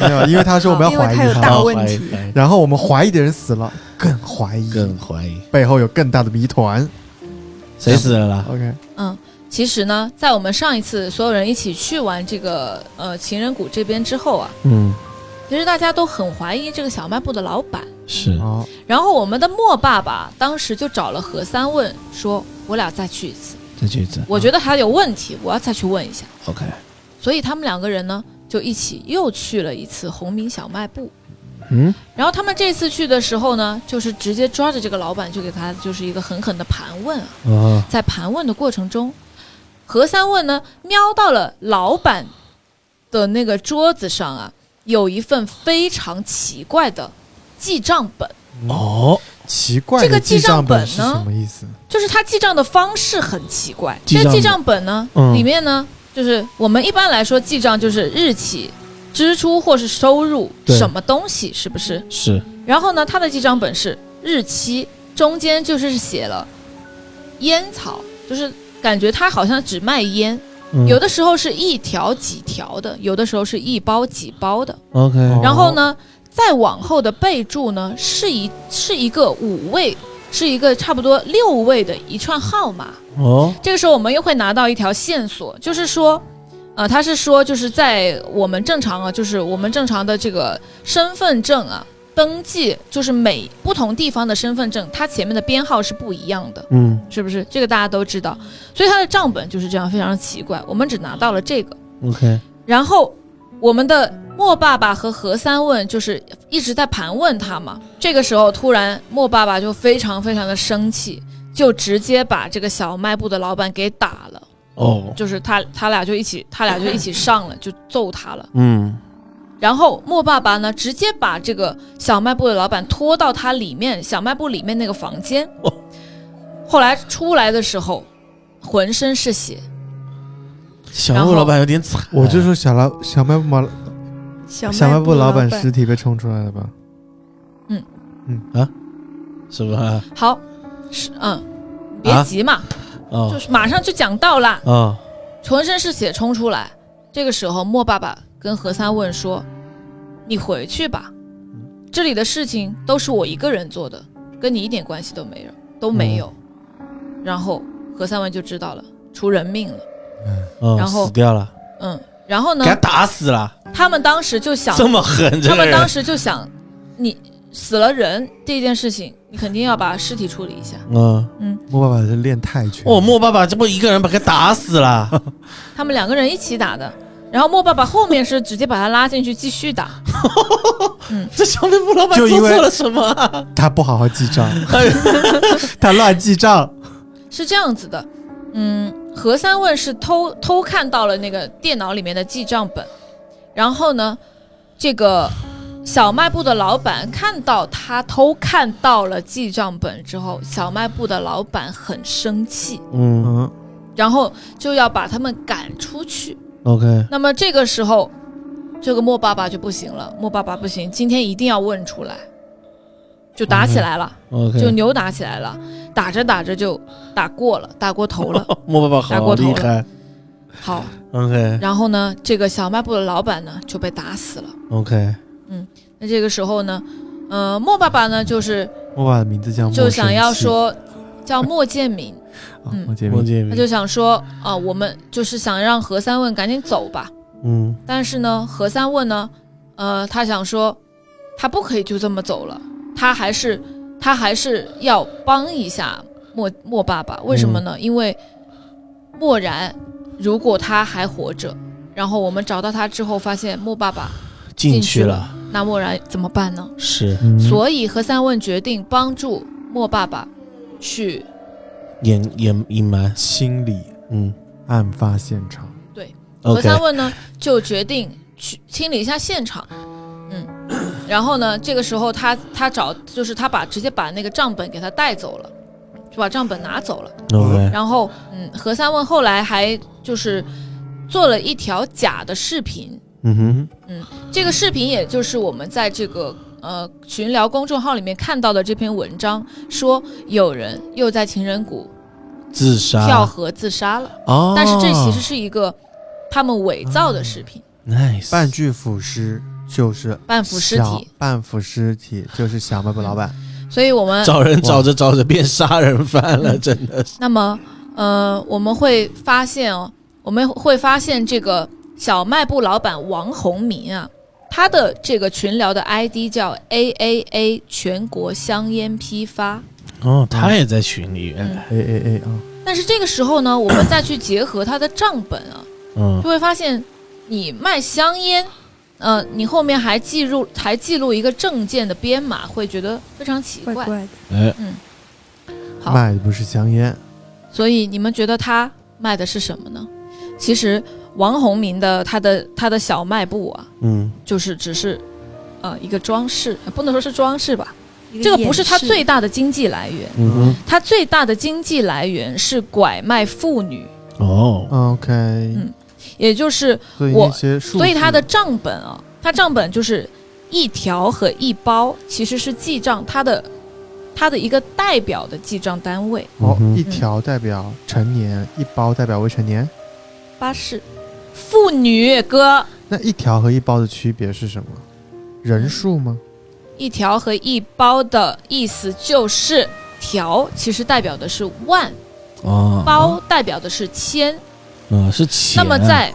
Speaker 1: 没有，因为他说我们要怀
Speaker 5: 因为他
Speaker 1: 疑
Speaker 5: 有大
Speaker 1: 他，
Speaker 5: 问题
Speaker 6: 哦怀疑怀疑
Speaker 1: 然后我们怀疑的人死了，更怀疑，
Speaker 6: 更怀疑
Speaker 1: 背后有更大的谜团。
Speaker 6: 谁死了啦？
Speaker 1: OK，
Speaker 7: 嗯，其实呢，在我们上一次所有人一起去玩这个呃情人谷这边之后啊，
Speaker 1: 嗯，
Speaker 7: 其实大家都很怀疑这个小卖部的老板。
Speaker 6: 是
Speaker 1: 好，
Speaker 7: 然后我们的莫爸爸当时就找了何三问，说我俩再去一次，
Speaker 6: 这句子
Speaker 7: 我觉得还有问题，我要再去问一下。
Speaker 6: OK。
Speaker 7: 所以他们两个人呢，就一起又去了一次红明小卖部。
Speaker 1: 嗯，
Speaker 7: 然后他们这次去的时候呢，就是直接抓着这个老板，就给他就是一个狠狠的盘问啊。
Speaker 6: 哦，
Speaker 7: 在盘问的过程中，何三问呢瞄到了老板的那个桌子上啊，有一份非常奇怪的记账本。
Speaker 6: 哦，
Speaker 1: 奇怪，
Speaker 7: 这个
Speaker 1: 记
Speaker 7: 记账
Speaker 1: 本
Speaker 7: 本
Speaker 1: 是
Speaker 7: 呢
Speaker 1: 什么意思？
Speaker 7: 就是他记账的方式很奇怪。
Speaker 6: 记
Speaker 7: 这
Speaker 6: 账本
Speaker 7: 记账本呢，
Speaker 1: 嗯
Speaker 7: 里面呢，就是我们一般来说记账就是日期、支出或是收入，
Speaker 6: 对
Speaker 7: 什么东西是不是？
Speaker 6: 是
Speaker 7: 然后呢，他的记账本是日期，中间就是写了烟草，就是感觉他好像只卖烟，
Speaker 6: 嗯
Speaker 7: 有的时候是一条几条的，有的时候是一包几包的。
Speaker 6: OK。
Speaker 1: 哦
Speaker 7: 然后呢，再往后的备注呢，是一是一个五位，是一个差不多六位的一串号码。
Speaker 6: 哦，
Speaker 7: 这个时候我们又会拿到一条线索，就是说，呃，他是说就是在我们正常啊，就是我们正常的这个身份证啊。登记就是每不同地方的身份证，它前面的编号是不一样的，
Speaker 1: 嗯
Speaker 7: 是不是？这个大家都知道，所以它的账本就是这样，非常奇怪。我们只拿到了这个，
Speaker 6: OK，
Speaker 7: 然后我们的莫爸爸和何三问就是一直在盘问他嘛。这个时候，突然莫爸爸就非常非常的生气，就直接把这个小卖部的老板给打了，
Speaker 6: 哦，
Speaker 7: 就是他他俩就一起他俩就一起上了，就揍他了。
Speaker 6: 嗯，
Speaker 7: 然后莫爸爸呢，直接把这个小卖部的老板拖到他里面小卖部里面那个房间
Speaker 6: 哦。
Speaker 7: 后来出来的时候，浑身是血，
Speaker 6: 小鹿老板有点惨，哎
Speaker 1: 我就说小老小卖部老
Speaker 5: 小
Speaker 1: 小卖部老板
Speaker 5: 板
Speaker 1: 尸体被冲出来了吧？
Speaker 6: 是吧？
Speaker 7: 好，是嗯，别
Speaker 6: 啊
Speaker 7: 急嘛，就
Speaker 6: 哦，
Speaker 7: 是马上就讲到啦，
Speaker 6: 哦，
Speaker 7: 浑身是血冲出来。这个时候，莫爸爸跟何三问说：“你回去吧，这里的事情都是我一个人做的，跟你一点关系都没有，都没有。
Speaker 6: 嗯
Speaker 7: 然后何三问就知道了，出人命了。
Speaker 6: 哦，
Speaker 7: 然后
Speaker 6: 死掉了，
Speaker 7: 嗯，然后呢
Speaker 6: 给，他打死了，
Speaker 7: 他们当时就想，
Speaker 6: 这么狠，这
Speaker 7: 他
Speaker 6: 个
Speaker 7: 们当
Speaker 6: 人，
Speaker 7: 时就想，你死了人这件事情，你肯定要把尸体处理一下。
Speaker 6: 嗯，
Speaker 1: 莫爸爸在练泰拳。
Speaker 6: 哦，莫爸爸这不一个人把他打 死了，
Speaker 7: 他们两个人一起打的，然后莫爸爸后面是直接把他拉进去继续打。
Speaker 6: 这小卖部老板
Speaker 1: 就
Speaker 6: 做
Speaker 1: 因为
Speaker 6: 错了什么啊？
Speaker 1: 他不好好记账，他乱记账。
Speaker 7: 是这样子的，嗯，何三问是偷偷看到了那个电脑里面的记账本，然后呢，这个小卖部的老板看到他偷看到了记账本之后，小卖部的老板很生气，
Speaker 6: 嗯
Speaker 1: 嗯，
Speaker 7: 然后就要把他们赶出去。
Speaker 6: ，OK，
Speaker 7: 那么这个时候，这个莫爸爸就不行了，莫爸爸不行，今天一定要问出来，就打起来了，
Speaker 6: OK，
Speaker 7: 就扭打起来了，打着打着就打过了，打过头了。
Speaker 6: 莫爸爸
Speaker 7: 打
Speaker 6: 好
Speaker 7: 过头
Speaker 6: 厉
Speaker 7: 了
Speaker 6: 害
Speaker 7: 好，
Speaker 6: ，OK
Speaker 7: 然后呢，这个小卖部的老板呢就被打死了。
Speaker 6: OK，
Speaker 7: 那这个时候呢，呃，莫爸爸呢就是
Speaker 1: 莫爸爸的名字叫莫
Speaker 7: 就
Speaker 1: 生
Speaker 7: 想要
Speaker 1: 气
Speaker 7: 说叫莫建民，
Speaker 1: 啊
Speaker 7: 嗯
Speaker 1: 莫建
Speaker 6: 莫
Speaker 1: 明，
Speaker 6: 建
Speaker 7: 他
Speaker 6: 明，
Speaker 7: 就想说啊、我们就是想让何三问赶紧走吧。
Speaker 6: 嗯
Speaker 7: 但是呢，何三问呢，呃，他想说他不可以就这么走了，他还是他还是要帮一下莫莫爸爸。为什么
Speaker 1: 嗯
Speaker 7: 呢？因为漠然如果他还活着，然后我们找到他之后，发现莫爸爸
Speaker 6: 进
Speaker 7: 进
Speaker 6: 去
Speaker 7: 去
Speaker 6: 了，
Speaker 7: 那漠然怎么办呢？
Speaker 6: 是
Speaker 1: 嗯
Speaker 7: 所以何三问决定帮助莫爸爸去
Speaker 6: 掩掩隐瞒，
Speaker 1: 清理
Speaker 6: 嗯
Speaker 1: 案发现场。
Speaker 7: 何
Speaker 6: ，OK，
Speaker 7: 三问呢就决定去清理一下现场，嗯，然后呢，这个时候他他找就是他把直接把那个账本给他带走了，就把账本拿走了。
Speaker 6: OK，
Speaker 7: 然后，嗯，何三问后来还就是做了一条假的视频，
Speaker 6: 嗯哼，
Speaker 7: 这个视频也就是我们在这个呃群聊公众号里面看到的这篇文章，说有人又在情人谷
Speaker 6: 自杀，
Speaker 7: 跳河自杀了，
Speaker 6: 啊哦，
Speaker 7: 但是这其实是一个他们伪造的视
Speaker 6: 哦
Speaker 7: 频，
Speaker 6: nice，
Speaker 1: 半具腐尸就是
Speaker 7: 半腐尸
Speaker 1: 小
Speaker 7: 体。
Speaker 1: 半腐尸体就是小卖部老板。
Speaker 7: 所以我们
Speaker 6: 找人找着找着变杀人犯 了，真的是，
Speaker 7: 那么呃，我们会发现哦，我们会发现这个小卖部老板王宏明啊，他的这个群聊的 ID 叫 A A A 全国香烟批发。嗯
Speaker 6: 哦，他也在群里，原来，
Speaker 1: 哎哎哎啊！
Speaker 7: 但是这个时候呢，我们再去结合他的账本啊，
Speaker 6: 嗯
Speaker 7: 就会发现你卖香烟，呃，你后面还记录还记录一个证件的编码，会觉得非常奇怪。
Speaker 5: 怪怪的，
Speaker 6: 哎，
Speaker 7: 好
Speaker 1: 卖的不是香烟，
Speaker 7: 所以你们觉得他卖的是什么呢？其实王宏明的他的他的小卖部啊，
Speaker 6: 嗯
Speaker 7: 就是只是呃一个装饰，呃不能说是装饰吧，
Speaker 5: 一
Speaker 7: 这个不是
Speaker 5: 掩
Speaker 7: 他
Speaker 5: 饰
Speaker 7: 最大的经济来源，
Speaker 6: 嗯
Speaker 7: 他最大的经济来源是拐卖妇女，
Speaker 6: 哼，哦，
Speaker 1: OK，、
Speaker 7: 也就是
Speaker 1: 所以
Speaker 7: 嗯我
Speaker 1: 那些数字，
Speaker 7: 所以他的账本啊，他账本就是一条和一包，其实是记账他的他的一个代表的记账单位，
Speaker 1: 哦
Speaker 6: 嗯，哼
Speaker 1: 一条代表成年，一包代表未成年。
Speaker 7: 巴士妇女哥。
Speaker 1: 那一条和一包的区别是什么？人数吗？
Speaker 7: 一条和一包的意思就是条，其实代表的是万，
Speaker 6: 哦，
Speaker 7: 包代表的是千。
Speaker 6: 嗯是钱，
Speaker 7: 那么在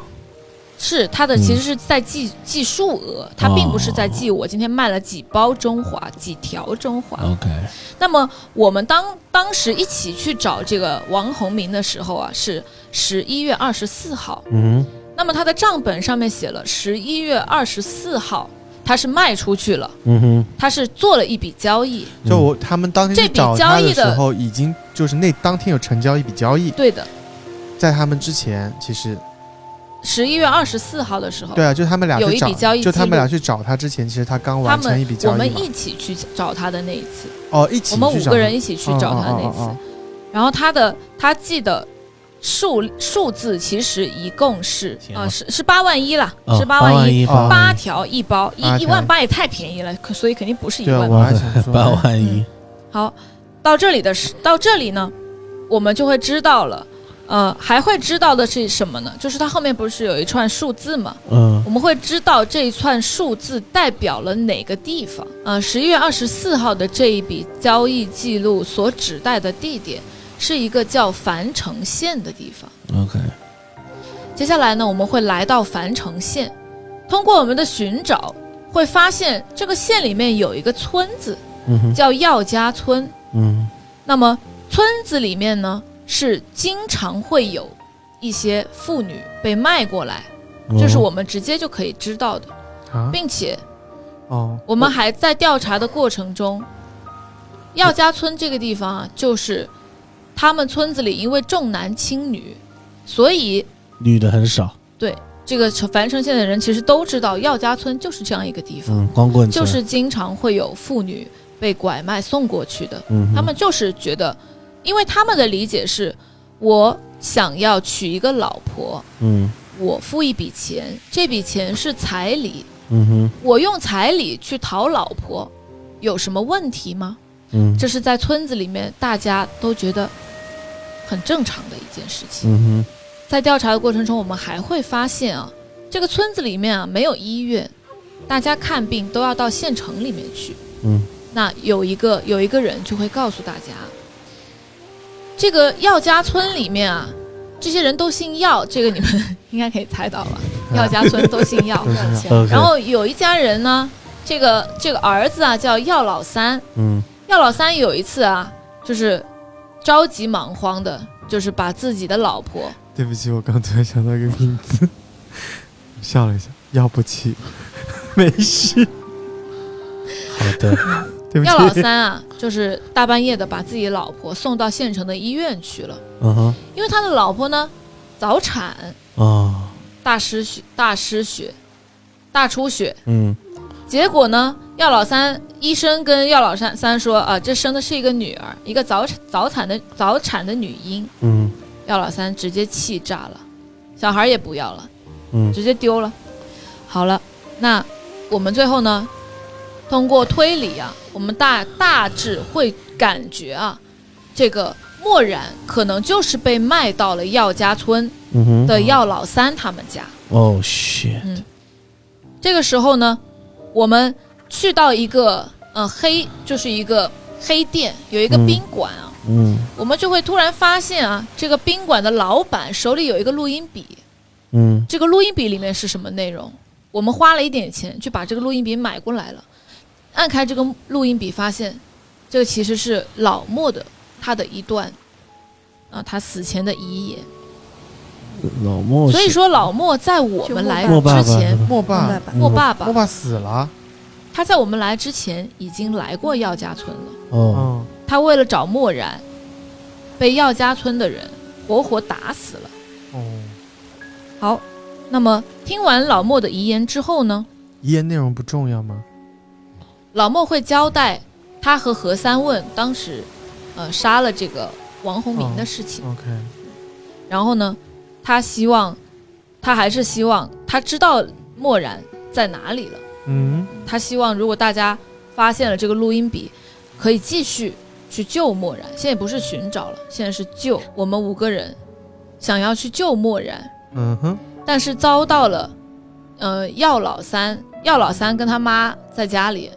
Speaker 7: 是它的
Speaker 6: 嗯哦
Speaker 7: 其实是在计、计数额，它并不是在记我今天卖了几包中华、几条中华。
Speaker 6: OK，
Speaker 7: 那么我们当当时一起去找这个王宏明的时候啊，是十一月二十四号。
Speaker 6: 嗯
Speaker 7: 那么他的账本上面写了十一月二十四号，他是卖出去了，
Speaker 6: 嗯哼，
Speaker 7: 他是做了一笔交易。
Speaker 6: 嗯
Speaker 1: 就我他们当天
Speaker 7: 这
Speaker 1: 去
Speaker 7: 笔
Speaker 1: 找他
Speaker 7: 交易
Speaker 1: 时
Speaker 7: 的
Speaker 1: 候，已经就是那当天有成交一笔交易，
Speaker 7: 对的，
Speaker 1: 在他们之前其实
Speaker 7: 十一月二十四号的时候，
Speaker 1: 对啊，就他们俩
Speaker 7: 有
Speaker 1: 去
Speaker 7: 一
Speaker 1: 找
Speaker 7: 笔交易
Speaker 1: 就他
Speaker 7: 记
Speaker 1: 们俩
Speaker 7: 录
Speaker 1: 去找他之前，其实他刚
Speaker 7: 他
Speaker 1: 完成
Speaker 7: 们
Speaker 1: 一笔
Speaker 7: 我
Speaker 1: 交易
Speaker 7: 们
Speaker 1: 嘛。
Speaker 7: 一起去找他的那一次，
Speaker 1: 哦，一起
Speaker 7: 我们
Speaker 1: 去
Speaker 7: 五
Speaker 1: 找
Speaker 7: 个
Speaker 1: 他
Speaker 7: 人一起去找他的那
Speaker 1: 哦哦哦哦
Speaker 7: 次，然后他的他记的数数字其实一共是
Speaker 6: 行
Speaker 7: 啊
Speaker 6: 了
Speaker 7: 是是八万一啦，
Speaker 6: 哦
Speaker 7: 是八
Speaker 6: 八
Speaker 7: 万
Speaker 6: 万一
Speaker 1: 八
Speaker 7: 八条一包，
Speaker 1: 八
Speaker 7: 一
Speaker 1: 条
Speaker 7: 一万八也太便宜了，可所以肯定不是一
Speaker 1: 对啊，
Speaker 7: 万
Speaker 1: 我。还想说，
Speaker 6: 八万一，
Speaker 7: 好，到这里的是到这里呢，我们就会知道了。呃，还会知道的是什么呢？就是它后面不是有一串数字吗？
Speaker 6: 嗯
Speaker 7: 我们会知道这一串数字代表了哪个地方。呃，十一月二十四号的这一笔交易记录所指代的地点是一个叫樊城县的地方。
Speaker 6: 嗯 OK，
Speaker 7: 接下来呢，我们会来到樊城县，通过我们的寻找，会发现这个县里面有一个村子，
Speaker 6: 嗯哼，
Speaker 7: 叫药家村。
Speaker 6: 嗯
Speaker 7: 那么村子里面呢，是经常会有一些妇女被卖过来，
Speaker 6: 哼，
Speaker 7: 这是我们直接就可以知道的，
Speaker 1: 啊
Speaker 7: 并且
Speaker 1: 哦，
Speaker 7: 我们还在调查的过程中，药家村这个地方啊，就是他们村子里因为重男轻女，所以
Speaker 6: 女的很少，
Speaker 7: 这个樊城县的人其实都知道，药家村就是这样一个地方，
Speaker 6: 嗯，光棍村
Speaker 7: 就是经常会有妇女被拐卖送过去的。
Speaker 6: 嗯哼，
Speaker 7: 他们就是觉得，因为他们的理解是，我想要娶一个老婆，
Speaker 6: 嗯
Speaker 7: 我付一笔钱，这笔钱是彩礼，
Speaker 6: 嗯哼
Speaker 7: 我用彩礼去讨老婆，有什么问题吗？
Speaker 6: 嗯
Speaker 7: 这是在村子里面大家都觉得很正常的一件事情。
Speaker 6: 嗯
Speaker 7: 在调查的过程中，我们还会发现啊，这个村子里面啊没有医院，大家看病都要到县城里面去。
Speaker 6: 哼嗯
Speaker 7: 那有一个有一个人就会告诉大家，这个药家村里面啊，这些人都姓药，这个你们 应该可以猜到吧？药家村都姓药
Speaker 1: 都。是
Speaker 6: ，OK，
Speaker 7: 然后有一家人呢，这个这个儿子啊叫药老三，
Speaker 6: 嗯
Speaker 7: 药老三有一次啊，就是着急忙慌的，就是把自己的老婆
Speaker 1: 对不起，我刚突然想到一个名字，笑了一下，要不起，没 事，
Speaker 6: 好的，
Speaker 1: 对不
Speaker 7: 药老
Speaker 1: 起，
Speaker 7: 三啊，就是大半夜的把自己老婆送到县城的医院去了，
Speaker 6: 嗯哼
Speaker 7: 因为他的老婆呢早产，
Speaker 6: 哦，
Speaker 7: 大失血、大失血、大出血。
Speaker 6: 嗯
Speaker 7: 结果呢，药老三医生跟药老三三说啊，这生的是一个女儿，一个早产早产的早产的女婴。
Speaker 6: 嗯
Speaker 7: 药老三直接气炸了，小孩也不要了，
Speaker 6: 嗯
Speaker 7: 直接丢了。好了，那我们最后呢，通过推理啊，我们大大致会感觉啊，这个墨染可能就是被卖到了药家村
Speaker 6: 嗯哼
Speaker 7: 的药老三他们家。
Speaker 6: 哦，shit，
Speaker 7: 这个时候呢，我们去到一个呃黑，就是一个呃黑店，有一个
Speaker 6: 嗯
Speaker 7: 宾馆啊，
Speaker 6: 嗯
Speaker 7: 我们就会突然发现啊，这个宾馆的老板手里有一个录音笔，
Speaker 6: 嗯
Speaker 7: 这个录音笔里面是什么内容？我们花了一点钱去把这个录音笔买过来了，按开这个录音笔，发现这个其实是老莫的他的一段啊，他死前的遗言。
Speaker 6: 呃老莫是，
Speaker 7: 所以说，老莫在我们来
Speaker 6: 莫爸
Speaker 7: 之
Speaker 6: 爸
Speaker 7: 前，
Speaker 1: 莫
Speaker 5: 明
Speaker 1: 爸
Speaker 5: 白，吧？
Speaker 7: 莫爸
Speaker 1: 莫
Speaker 7: 爸，
Speaker 1: 爸死了，
Speaker 7: 他在我们来之前已经来过药家村了。
Speaker 6: 哦
Speaker 1: 嗯，
Speaker 7: 他为了找墨然，被药家村的人活活打死了。
Speaker 1: 哦，
Speaker 7: 好，那么听完老莫的遗言之后呢，
Speaker 1: 遗言内容不重要吗？
Speaker 7: 老莫会交代他和何三问当时，呃，杀了这个王洪明的事情。
Speaker 1: OK，
Speaker 7: 然后呢，他希望，他还是希望他知道墨然在哪里了。
Speaker 1: 嗯，
Speaker 7: 他希望如果大家发现了这个录音笔，可以继续去救墨然。现在不是寻找了，现在是救。我们五个人想要去救墨然，
Speaker 1: 嗯哼，
Speaker 7: 但是遭到了，呃，药老三，呃药老三跟他妈在家里，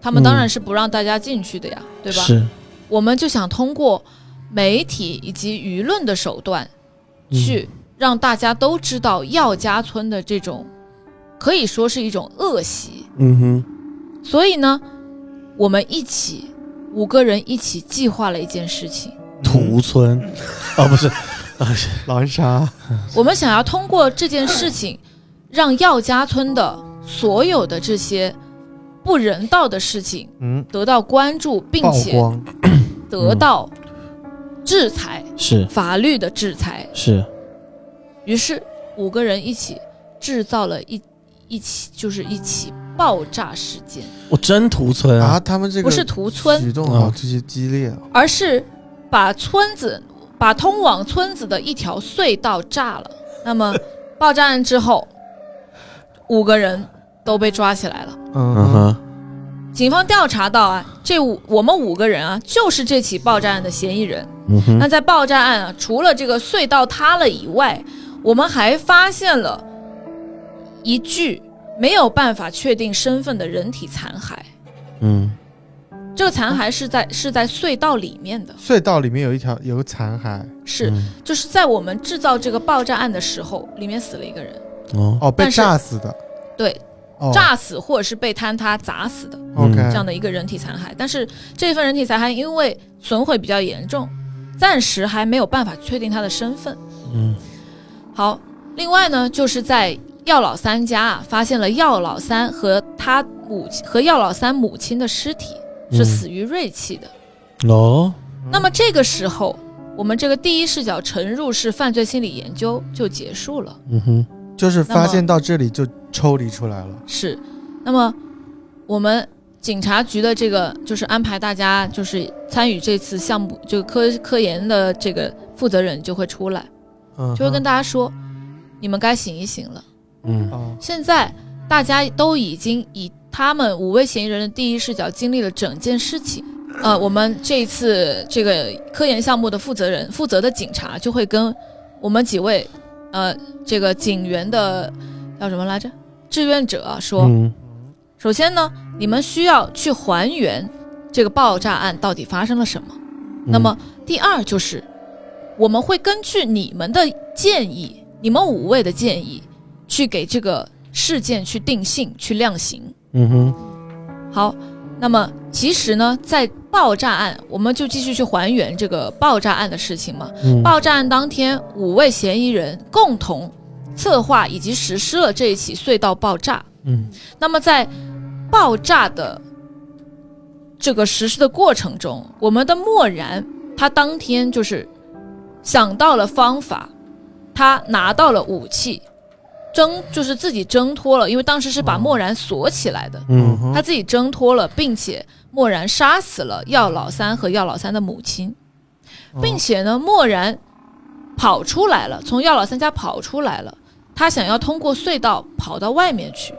Speaker 7: 他们当然是不让大家进去的呀，对吧？
Speaker 6: 是，
Speaker 7: 我们就想通过媒体以及舆论的手段，去让大家都知道药家村的这种，可以说是一种恶习。
Speaker 6: 嗯哼，
Speaker 7: 所以呢，我们一起五个人一起计划了一件事情，
Speaker 1: 嗯
Speaker 6: 土村，哦不是，啊是
Speaker 1: 狼人杀，
Speaker 7: 我们想要通过这件事情，让药家村的所有的这些不人道的事情
Speaker 1: 嗯，
Speaker 7: 得到关注，并
Speaker 1: 曝
Speaker 7: 且
Speaker 1: 光，
Speaker 7: 得到制裁，
Speaker 6: 是
Speaker 7: 法律的制裁。
Speaker 6: 是，
Speaker 7: 于是五个人一起制造了一一起就是一起爆炸事件，
Speaker 6: 我真土村
Speaker 1: 啊，
Speaker 6: 啊，
Speaker 1: 他们这
Speaker 7: 不
Speaker 1: 个
Speaker 7: 是屠村，
Speaker 1: 举动
Speaker 6: 嗯
Speaker 1: 好这些激烈哦，
Speaker 7: 而是把村子、把通往村子的一条隧道炸了。那么爆炸案之后，五个人都被抓起来了。
Speaker 1: 嗯
Speaker 6: 嗯
Speaker 1: 哼，
Speaker 6: 哼，
Speaker 7: 警方调查到啊，这五我们五个人啊，就是这起爆炸案的嫌疑人。
Speaker 6: 嗯
Speaker 7: 那
Speaker 6: 哼，
Speaker 7: 在爆炸案啊，除了这个隧道塌了以外，我们还发现了一具没有办法确定身份的人体残骸。
Speaker 6: 嗯
Speaker 7: 这个残骸是在是在隧道里面的，
Speaker 1: 隧道里面有一条有个残骸，
Speaker 7: 是
Speaker 6: 嗯
Speaker 7: 就是在我们制造这个爆炸案的时候，里面死了一个人，
Speaker 6: 哦
Speaker 1: 哦，被
Speaker 7: 但是
Speaker 1: 炸死的，
Speaker 7: 对，
Speaker 1: 哦
Speaker 7: 炸死或者是被坍塌砸死的
Speaker 1: ，OK，
Speaker 6: 嗯
Speaker 7: 这样的一个人体残骸。但是这份人体残骸因为损毁比较严重，暂时还没有办法确定他的身份。
Speaker 6: 嗯，
Speaker 7: 好，另外呢，就是在药老三家啊，发现了药老三和他母亲和药老三母亲的尸体是死于锐气的。
Speaker 6: 哦，
Speaker 7: 那么这个时候，我们这个第一视角沉入式犯罪心理研究就结束了。
Speaker 6: 嗯哼，
Speaker 1: 就是
Speaker 7: 那
Speaker 1: 发
Speaker 7: 么
Speaker 1: 现到这里就抽离出来了。
Speaker 7: 是，那么我们警察局的这个就是安排大家就是参与这次项目就科科研的这个负责人就会出来，
Speaker 1: 嗯
Speaker 7: 就会跟
Speaker 1: 大
Speaker 7: 大家说，你们该醒一醒了。
Speaker 6: 嗯
Speaker 1: 哦，
Speaker 7: 现在大家都已经以他们五位嫌疑人的第一视角经历了整件事情。呃，我们这一次这个科研项目的负责人、负责的警察就会跟我们几位呃这个警员的叫什么来着？志愿者啊说，
Speaker 6: 嗯
Speaker 7: 首先呢，你们需要去还原这个爆炸案到底发生了什么。
Speaker 6: 嗯
Speaker 7: 那么第二就是，我们会根据你们的建议，你们五位的建议，去给这个事件去定性、去量刑。
Speaker 6: 嗯哼，
Speaker 7: 好，那么其实呢，在爆炸案，我们就继续去还原这个爆炸案的事情嘛。
Speaker 6: 嗯
Speaker 7: 爆炸案当天，五位嫌疑人共同策划以及实施了这一起隧道爆炸。
Speaker 6: 嗯
Speaker 7: 那么在爆炸的这个实施的过程中，我们的漠然他当天就是想到了方法，他拿到了武器，挣就是自己挣脱了，因为当时是把漠然锁起来的，
Speaker 6: 嗯
Speaker 1: 哼
Speaker 7: 他自己挣脱了，并且漠然杀死了药老三和药老三的母亲，
Speaker 1: 嗯
Speaker 7: 并且呢，漠然跑出来了，从药老三家跑出来了，他想要通过隧道跑到外面去。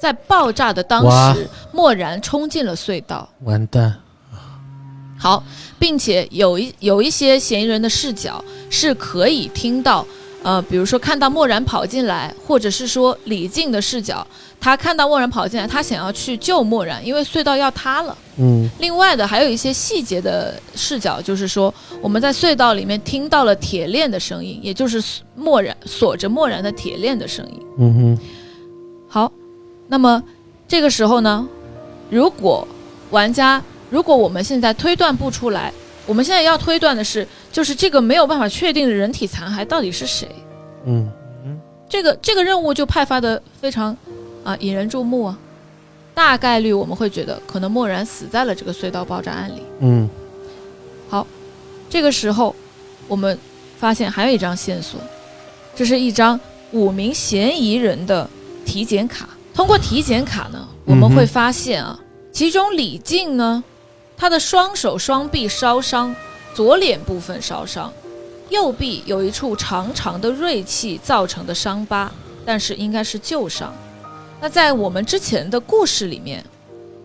Speaker 7: 在爆炸的当
Speaker 6: 哇
Speaker 7: 时，漠然冲进了隧道。
Speaker 6: 完蛋，
Speaker 7: 好，并且有一有一些嫌疑人的视角是可以听到，呃，比如说看到漠然跑进来，或者是说李静的视角，他看到漠然跑进来，他想要去救漠然，因为隧道要塌了。
Speaker 6: 嗯
Speaker 7: 另外的还有一些细节的视角，就是说我们在隧道里面听到了铁链的声音，也就是漠然锁着漠然的铁链的声音。
Speaker 6: 嗯哼，
Speaker 7: 好，那么这个时候呢，如果玩家，如果我们现在推断不出来，我们现在要推断的是，就是这个没有办法确定的人体残骸到底是谁。
Speaker 6: 嗯
Speaker 7: 这个这个任务就派发的非常啊、引人注目啊。大概率我们会觉得，可能漠然死在了这个隧道爆炸案里。
Speaker 6: 嗯
Speaker 7: 这个时候，我们发现还有一张线索，这是一张五名嫌疑人的体检卡。通过体检卡呢，我们
Speaker 6: 嗯哼
Speaker 7: 会发现啊，其中李静呢，她的双手双臂烧伤，左脸部分烧伤，右臂有一处长长的锐器造成的伤疤，但是应该是旧伤。那在我们之前的故事里面，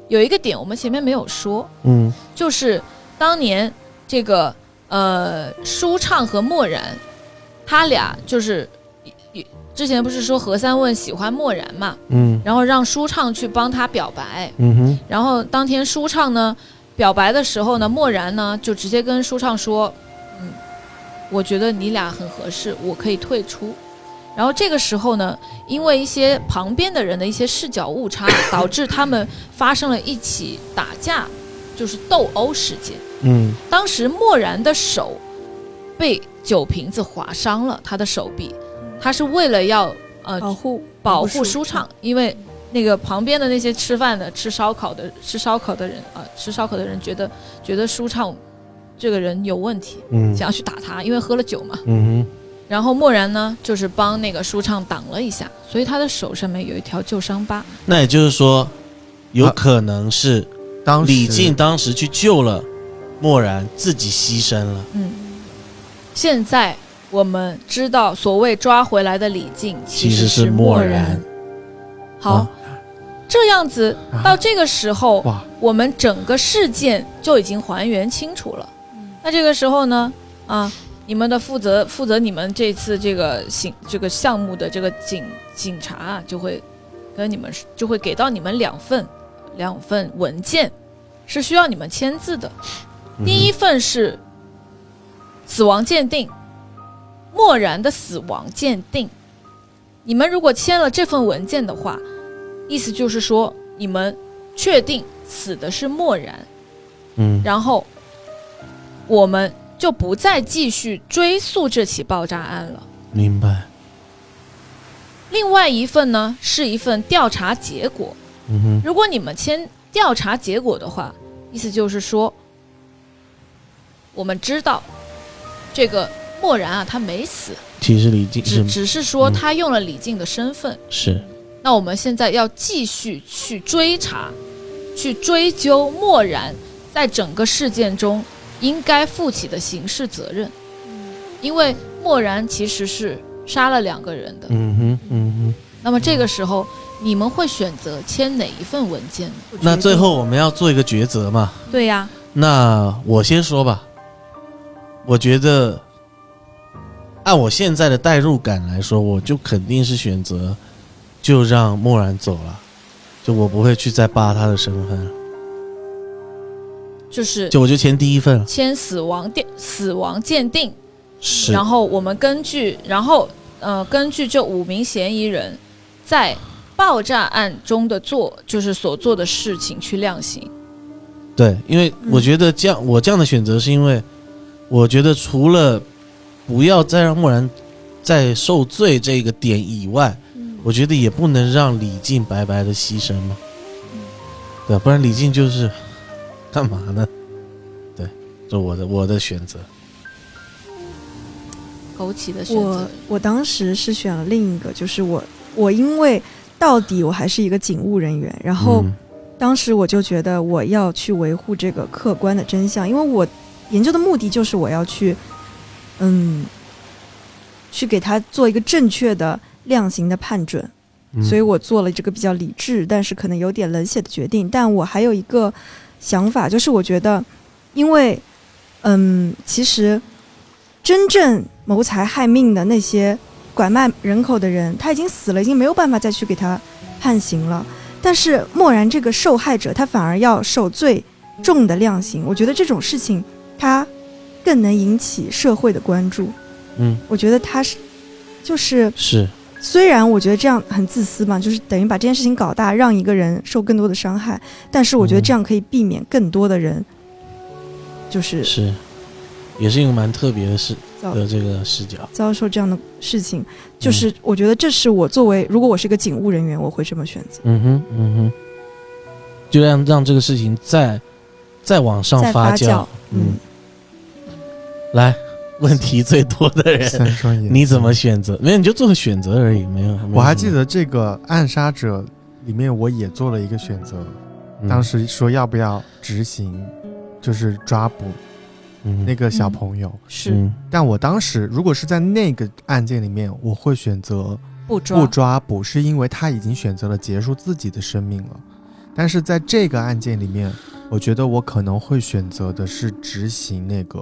Speaker 7: 有一个点我们前面没有说，
Speaker 6: 嗯
Speaker 7: 就是当年这个呃舒畅和漠然，他俩就是之前不是说何三问喜欢漠然嘛，
Speaker 6: 嗯
Speaker 7: 然后让舒畅去帮他表白，
Speaker 6: 嗯哼，
Speaker 7: 然后当天舒畅呢表白的时候呢，漠然呢就直接跟舒畅说，嗯，我觉得你俩很合适，我可以退出。然后这个时候呢，因为一些旁边的人的一些视角误差，导致他们发生了一起打架，就是斗殴事件。
Speaker 6: 嗯
Speaker 7: 当时漠然的手被酒瓶子划伤了，他的手臂，他是为了要呃
Speaker 5: 保护
Speaker 7: 保护舒畅，因为那个旁边的那些吃饭的、吃烧烤的、吃烧烤的人啊、吃烧烤的人觉得觉得舒畅这个人有问题，
Speaker 6: 嗯
Speaker 7: 想要去打他，因为喝了酒嘛。
Speaker 6: 嗯
Speaker 7: 然后漠然呢，就是帮那个舒畅挡了一下，所以他的手上面有一条旧伤疤。
Speaker 6: 哼，那也就是说，有可能是
Speaker 1: 当时
Speaker 6: 李靖当时去救了漠然，自己牺牲了。
Speaker 7: 嗯，现在我们知道，所谓抓回来的李靖
Speaker 6: 其
Speaker 7: 实
Speaker 6: 实是
Speaker 7: 漠
Speaker 6: 漠然。
Speaker 7: 好，
Speaker 6: 啊
Speaker 7: 这样子
Speaker 1: 啊
Speaker 7: 到这个时候，
Speaker 1: 哇，
Speaker 7: 我们整个事件就已经还原清楚了。那这个时候呢，啊，你们的负责负责你们这次这个行这个项目的这个警警察啊，就会跟你们就会给到你们两份两份文件，是需要你们签字的。
Speaker 6: 嗯
Speaker 7: 第一份是死亡鉴定，漠然的死亡鉴定。你们如果签了这份文件的话，意思就是说你们确定死的是漠然，
Speaker 6: 嗯，
Speaker 7: 然后我们就不再继续追溯这起爆炸案了。
Speaker 6: 明白。
Speaker 7: 另外一份呢是一份调查结果，
Speaker 6: 嗯哼，
Speaker 7: 如果你们签调查结果的话，意思就是说，我们知道这个漠然啊他没死，
Speaker 6: 其实李靖
Speaker 7: 只
Speaker 6: 是
Speaker 7: 只是说
Speaker 6: 嗯
Speaker 7: 他用了李静的身份。
Speaker 6: 是，
Speaker 7: 那我们现在要继续去追查，去追究漠然在整个事件中应该负起的刑事责任，因为漠然其实是杀了两个人的。
Speaker 6: 嗯哼，嗯
Speaker 7: 那么这个时候，你们会选择签哪一份文件呢？
Speaker 6: 哼。那最后我们要做一个抉择嘛？
Speaker 7: 对呀、
Speaker 6: 那我先说吧，我觉得按我现在的代入感来说，我就肯定是选择就让默然走了，就我不会去再扒他的身份了，
Speaker 7: 就是
Speaker 6: 就我就签第一份了。
Speaker 7: 签死亡鉴死亡鉴定，
Speaker 6: 是，
Speaker 7: 然后我们根据然后呃根据这五名嫌疑人在爆炸案中的做就是所做的事情去量刑。
Speaker 6: 对，因为
Speaker 5: 嗯
Speaker 6: 我觉得这样、我这样的选择是因为我觉得除了不要再让默然再受罪这个点以外，
Speaker 5: 嗯
Speaker 6: 我觉得也不能让李靖白白的牺牲嘛，
Speaker 5: 嗯
Speaker 6: 对，不然李靖就是干嘛呢？对，这我的我的选择，
Speaker 7: 枸杞的选择
Speaker 5: 我。我当时是选了另一个，就是我我因为到底我还是一个警务人员，然后
Speaker 6: 嗯
Speaker 5: 当时我就觉得我要去维护这个客观的真相，因为我研究的目的就是我要去，嗯，去给他做一个正确的量刑的判准，
Speaker 6: 嗯
Speaker 5: 所以我做了这个比较理智，但是可能有点冷血的决定。但我还有一个想法，就是我觉得，因为，嗯，其实真正谋财害命的那些拐卖人口的人，他已经死了，已经没有办法再去给他判刑了。但是漠然这个受害者，他反而要受最重的量刑。我觉得这种事情，他更能引起社会的关注。
Speaker 6: 嗯
Speaker 5: 我觉得他是，就是
Speaker 6: 是
Speaker 5: 虽然我觉得这样很自私嘛，就是等于把这件事情搞大，让一个人受更多的伤害，但是我觉得
Speaker 6: 嗯
Speaker 5: 这样可以避免更多的人，就是
Speaker 6: 是，也是一个蛮特别的视
Speaker 5: 遭
Speaker 6: 的这个视角，
Speaker 5: 遭受这样的事情。就是我觉得这是我作为如果我是一个警务人员，我会这么选择。
Speaker 6: 嗯哼嗯哼，就让让这个事情再再往上
Speaker 5: 再发
Speaker 6: 酵，
Speaker 5: 酵
Speaker 6: 嗯，来，问题最多的人，
Speaker 1: 三双眼，
Speaker 6: 你怎么？选择？没有，你就做个选择而已，没有。没有什么
Speaker 1: 我还记得这个暗杀者里面，我也做了一个选择，
Speaker 6: 嗯
Speaker 1: 当时说要不要执行，就是抓捕
Speaker 6: 嗯
Speaker 1: 那个小
Speaker 7: 嗯
Speaker 1: 朋友。
Speaker 7: 是、
Speaker 6: 嗯
Speaker 1: 但我当时如果是在那个案件里面，我会选择
Speaker 7: 不抓
Speaker 1: 不抓捕，是因为他已经选择了结束自己的生命了。但是在这个案件里面，我觉得我可能会选择的是执行那个，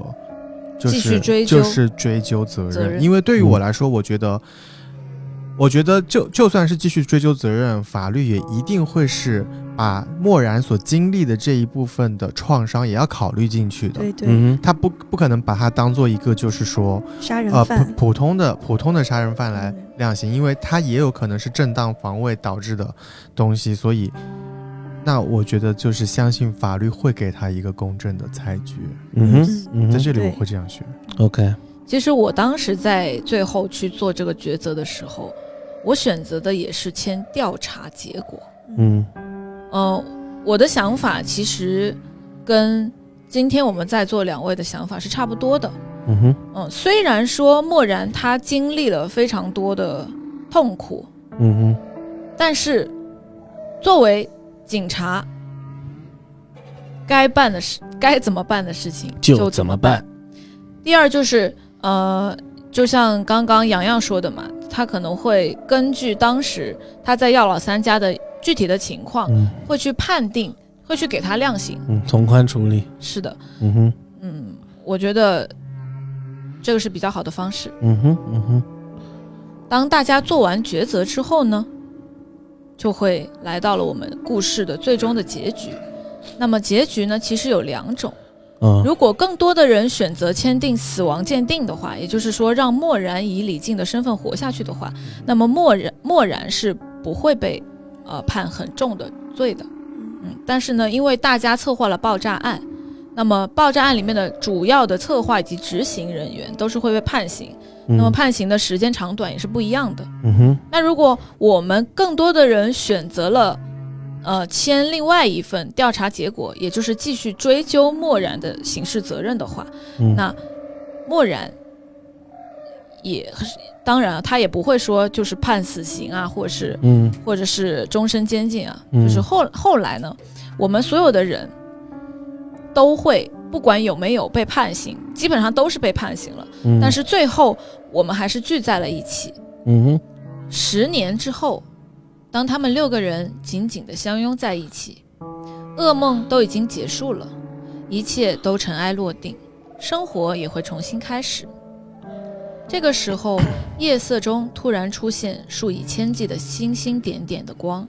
Speaker 1: 就
Speaker 7: 继续
Speaker 1: 是
Speaker 7: 追究
Speaker 1: 就是追究责任，
Speaker 7: 责任
Speaker 1: 因为对于
Speaker 6: 嗯
Speaker 1: 我来说，我觉得，我觉得就就算是继续追究责任，法律也一定会是把漠然所经历的这一部分的创伤也要考虑进去的。
Speaker 5: 对对，
Speaker 6: 嗯哼
Speaker 1: 他不不可能把它当做一个就是说，
Speaker 5: 杀人
Speaker 1: 呃，
Speaker 5: 犯
Speaker 1: 普普通的普通的杀人犯来量刑，因为他也有可能是正当防卫导致的东西，所以，那我觉得就是相信法律会给他一个公正的裁决。
Speaker 6: 嗯哼嗯
Speaker 1: 在
Speaker 6: 哼
Speaker 1: 这里我
Speaker 5: 对
Speaker 1: 会这样选，
Speaker 6: ，OK，
Speaker 7: 其实我当时在最后去做这个抉择的时候，我选择的也是签调查结果。
Speaker 6: 嗯
Speaker 7: 呃，我的想法其实跟今天我们在座两位的想法是差不多的。
Speaker 6: 嗯哼
Speaker 7: 嗯，虽然说漠然他经历了非常多的痛苦，
Speaker 6: 嗯
Speaker 7: 但是作为警察，该办的事该怎么办的事情
Speaker 6: 哼，
Speaker 7: 就
Speaker 6: 就
Speaker 7: 怎
Speaker 6: 怎
Speaker 7: 么
Speaker 6: 么
Speaker 7: 办。
Speaker 6: 办？
Speaker 7: 第二就是呃，就像刚刚洋洋说的嘛，他可能会根据当时他在药老三家的具体的情况，
Speaker 6: 嗯
Speaker 7: 会去判定，会去给他量刑。
Speaker 6: 嗯，从宽处理。
Speaker 7: 是的，
Speaker 6: 嗯哼
Speaker 7: 嗯，我觉得这个是比较好的方式。
Speaker 6: 嗯哼嗯哼，
Speaker 7: 当大家做完抉择之后呢，就会来到了我们故事的最终的结局。那么结局呢，其实有两种。
Speaker 6: 嗯
Speaker 7: 如果更多的人选择签订死亡鉴定的话，也就是说让漠然以李靖的身份活下去的话，那么漠然漠然是不会被呃判很重的罪的。嗯，但是呢，因为大家策划了爆炸案，那么爆炸案里面的主要的策划以及执行人员都是会被判刑，
Speaker 1: 嗯
Speaker 7: 那么判刑的时间长短也是不一样的。
Speaker 1: 嗯哼，
Speaker 7: 那如果我们更多的人选择了，呃，签另外一份调查结果，也就是继续追究漠然的刑事责任的话，
Speaker 1: 嗯
Speaker 7: 那漠然也是当然啊他也不会说就是判死刑啊，或者是
Speaker 1: 嗯
Speaker 7: 或者是终身监禁啊。
Speaker 1: 嗯
Speaker 7: 就是后后来呢，我们所有的人都会不管有没有被判刑，基本上都是被判刑了，
Speaker 1: 嗯，
Speaker 7: 但是最后我们还是聚在了一起。
Speaker 1: 嗯哼，
Speaker 7: 十年之后，当他们六个人紧紧地相拥在一起，噩梦都已经结束了，一切都尘埃落定，生活也会重新开始。这个时候，夜色中突然出现数以千计的星星点点的光，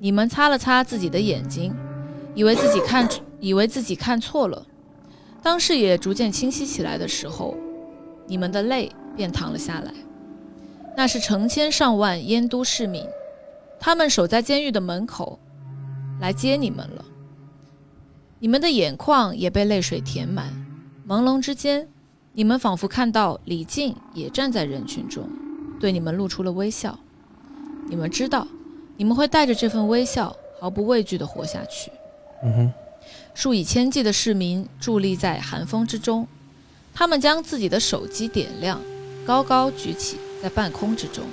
Speaker 7: 你们擦了擦自己的眼睛，以为自己看以为自己看错了。当视野逐渐清晰起来的时候，你们的泪便淌了下来。那是成千上万燕都市民，他们守在监狱的门口，来接你们了。你们的眼眶也被泪水填满，朦胧之间，你们仿佛看到李靖也站在人群中，对你们露出了微笑。你们知道，你们会带着这份微笑，毫不畏惧地活下去。
Speaker 1: 嗯哼，
Speaker 7: 数以千计的市民伫立在寒风之中，他们将自己的手机点亮，高高举起在半空之中。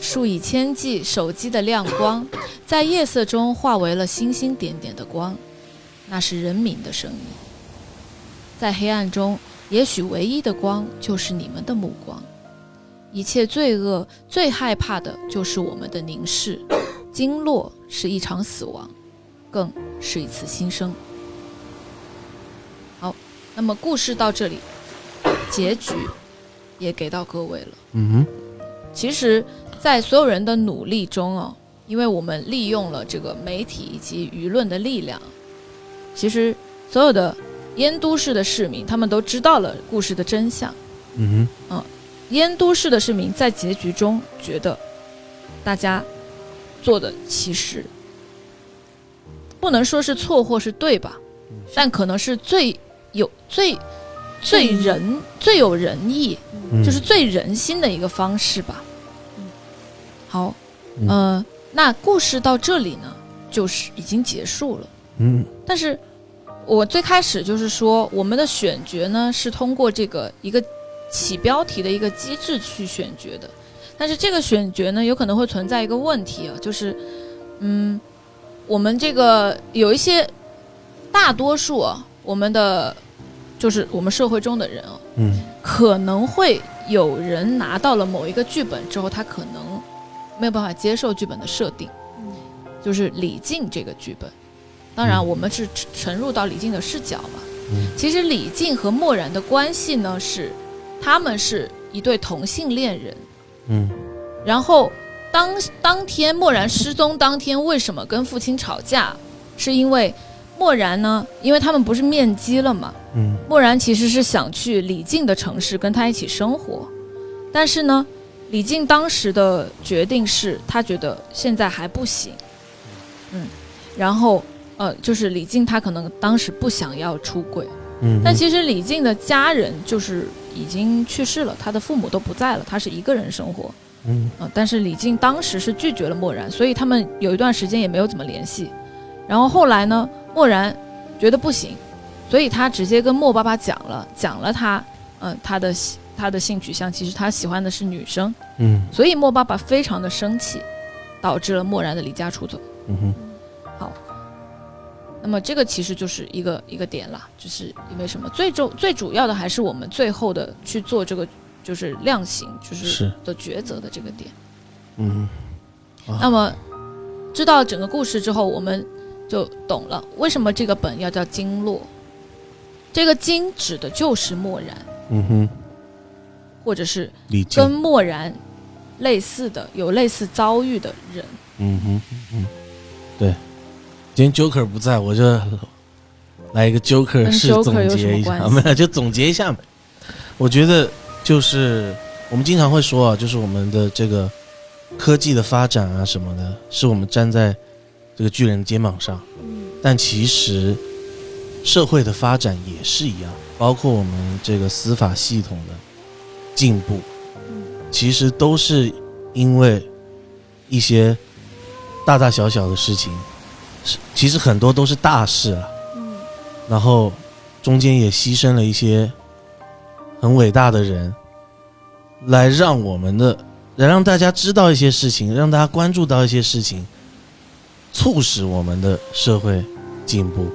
Speaker 7: 数以千计手机的亮光，在夜色中化为了星星点点的光，那是人民的声音。在黑暗中，也许唯一的光就是你们的目光。一切罪恶最害怕的就是我们的凝视，经络是一场死亡，更是一次新生。那么故事到这里，结局也给到各位了。
Speaker 1: 嗯
Speaker 7: 其实，在所有人的努力中哦，因为我们利用了这个媒体以及舆论的力量，其实所有的燕都市的市民，他们都知道了故事的真相。
Speaker 1: 哼，嗯
Speaker 7: 燕都市的市民在结局中觉得，大家做的其实不能说是错或是对吧，但可能是最有最最仁最有仁义，
Speaker 6: 嗯
Speaker 1: 哼，
Speaker 7: 就是最人心的一个方式吧。好，
Speaker 1: 嗯
Speaker 7: 呃，那故事到这里呢，就是已经结束了。
Speaker 1: 嗯
Speaker 7: 但是我最开始就是说，我们的选角呢是通过这个一个起标题的一个机制去选角的，但是这个选角呢，有可能会存在一个问题啊，就是，嗯，我们这个有一些大多数啊，我们的就是我们社会中的人啊，
Speaker 1: 嗯
Speaker 7: 可能会有人拿到了某一个剧本之后，他可能没有办法接受剧本的设定，就是李靖这个剧本。当然，
Speaker 1: 嗯
Speaker 7: 我们是沉沉入到李靖的视角嘛。
Speaker 1: 嗯
Speaker 7: 其实李靖和漠然的关系呢是，他们是一对同性恋人。
Speaker 1: 嗯
Speaker 7: 然后当当天漠然失踪当天，为什么跟父亲吵架？是因为漠然呢，因为他们不是面基了嘛，
Speaker 1: 嗯
Speaker 7: 漠然其实是想去李靖的城市跟他一起生活，但是呢，李靖当时的决定是他觉得现在还不行，嗯，然后呃，就是李靖他可能当时不想要出轨，
Speaker 1: 嗯，
Speaker 7: 但其实李靖的家人就是已经去世了，他的父母都不在了，他是一个人生活，
Speaker 1: 嗯
Speaker 7: 啊、但是李靖当时是拒绝了漠然，所以他们有一段时间也没有怎么联系。然后后来呢，漠然觉得不行，所以他直接跟莫爸爸讲了，讲了他，嗯、他的喜他的性取向，其实他喜欢的是女生，
Speaker 1: 嗯
Speaker 7: 所以莫爸爸非常的生气，导致了漠然的离家出走。
Speaker 1: 嗯哼
Speaker 7: 那么这个其实就是一个一个点啦，就是因为什么最重最主要的还是我们最后的去做这个就是量刑，就是
Speaker 6: 是
Speaker 7: 的抉择的这个点。
Speaker 1: 嗯
Speaker 7: 那么知道整个故事之后，我们就懂了为什么这个本要叫经络。这个经指的就是漠然，
Speaker 1: 嗯哼
Speaker 7: 或者是
Speaker 6: 李
Speaker 7: 跟
Speaker 6: 靖，
Speaker 7: 漠然类似的、有类似遭遇的人。
Speaker 1: 嗯哼嗯
Speaker 6: 今天 Joker 不在，我就来一个 Joker
Speaker 7: 跟
Speaker 6: 式
Speaker 7: Joker
Speaker 6: 总结一
Speaker 7: 有什么关
Speaker 6: 下，
Speaker 7: 系
Speaker 6: 我们俩就总结一下嘛。我觉得就是我们经常会说啊，就是我们的这个科技的发展啊什么的，是我们站在这个巨人的肩膀上。
Speaker 7: 嗯
Speaker 6: 但其实社会的发展也是一样，包括我们这个司法系统的进步，
Speaker 7: 嗯
Speaker 6: 其实都是因为一些大大小小的事情，是其实很多都是大事啊。
Speaker 5: 嗯
Speaker 6: 然后中间也牺牲了一些很伟大的人，来让我们的，来让大家知道一些事情，让大家关注到一些事情，促使我们的社会进步，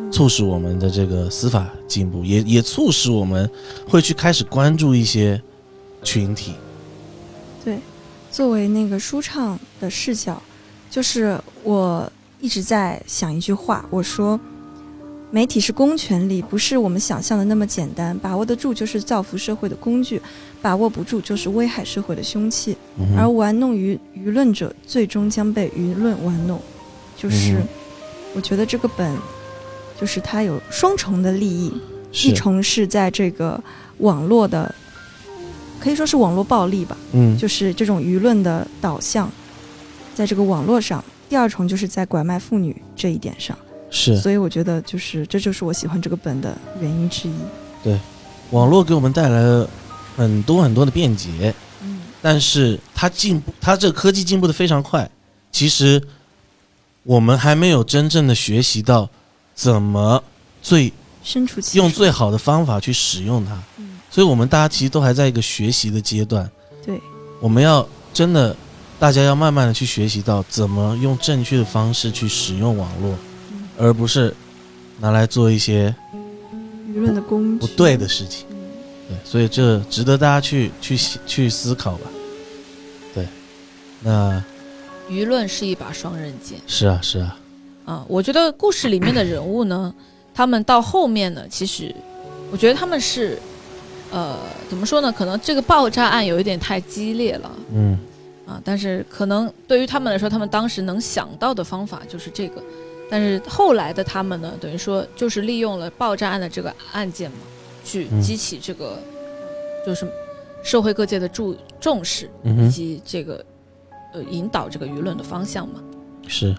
Speaker 5: 嗯
Speaker 6: 促使我们的这个司法进步，也也促使我们会去开始关注一些群体。
Speaker 5: 作为那个舒畅的视角，就是我一直在想一句话，我说，媒体是公权力，不是我们想象的那么简单，把握得住就是造福社会的工具，把握不住就是危害社会的凶器，
Speaker 6: 嗯
Speaker 5: 而玩弄于舆论者，最终将被舆论玩弄。就是
Speaker 6: 嗯，
Speaker 5: 我觉得这个本，就是它有双重的利益，一
Speaker 6: 是，
Speaker 5: 重是在这个网络的，可以说是网络暴力吧。
Speaker 6: 嗯，
Speaker 5: 就是这种舆论的导向，在这个网络上；第二重就是在拐卖妇女这一点上。
Speaker 6: 是
Speaker 5: 所以我觉得，就是这就是我喜欢这个本的原因之一。
Speaker 6: 网络给我们带来了很多很多的便捷。
Speaker 5: 嗯
Speaker 6: 但是它进步，它这个科技进步的非常快。其实我们还没有真正的学习到怎么最，
Speaker 5: 身处其
Speaker 6: 用
Speaker 5: 处
Speaker 6: 最好的方法去使用它，
Speaker 5: 嗯
Speaker 6: 所以我们大家其实都还在一个学习的阶段。
Speaker 5: 对，
Speaker 6: 我们要真的，大家要慢慢的去学习到怎么用正确的方式去使用网络，而不是拿来做一些
Speaker 5: 舆论的工具
Speaker 6: 不对的事情。
Speaker 5: 嗯
Speaker 6: 对，所以这值得大家去去去思考吧。对，那
Speaker 7: 舆论是一把双刃剑
Speaker 6: 是啊是啊，
Speaker 7: 啊、我觉得故事里面的人物呢，他们到后面呢，其实我觉得他们是，呃，怎么说呢？可能这个爆炸案有一点太激烈了
Speaker 6: 嗯
Speaker 7: 啊，但是可能对于他们来说，他们当时能想到的方法就是这个，但是后来的他们呢，等于说就是利用了爆炸案的这个案件嘛，去
Speaker 6: 嗯
Speaker 7: 激起这个、就是社会各界的注重视，
Speaker 6: 嗯
Speaker 7: 以
Speaker 6: 哼，
Speaker 7: 及这个呃引导这个舆论的方向嘛。
Speaker 6: 是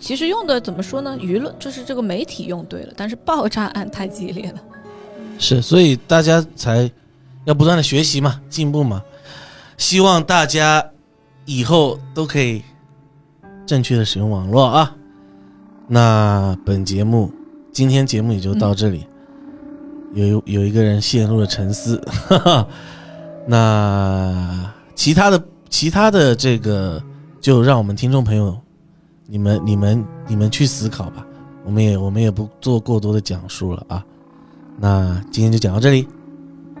Speaker 7: 其实用的怎么说呢？舆论就是这个媒体用对了，但是爆炸案太激烈了。
Speaker 6: 是，所以大家才要不断的学习嘛，进步嘛。希望大家以后都可以正确的使用网络啊。那本节目今天节目也就到这里。有有一个人陷入了沉思， 哈哈。那其他的其他的这个，就让我们听众朋友，你们你们你们去思考吧。我们也我们也不做过多的讲述了啊。那今天就讲到这里，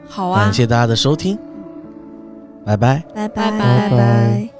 Speaker 7: 好啊，
Speaker 6: 感谢大家的收听，拜拜。
Speaker 5: 拜
Speaker 7: 拜
Speaker 5: 拜
Speaker 1: 拜
Speaker 5: 拜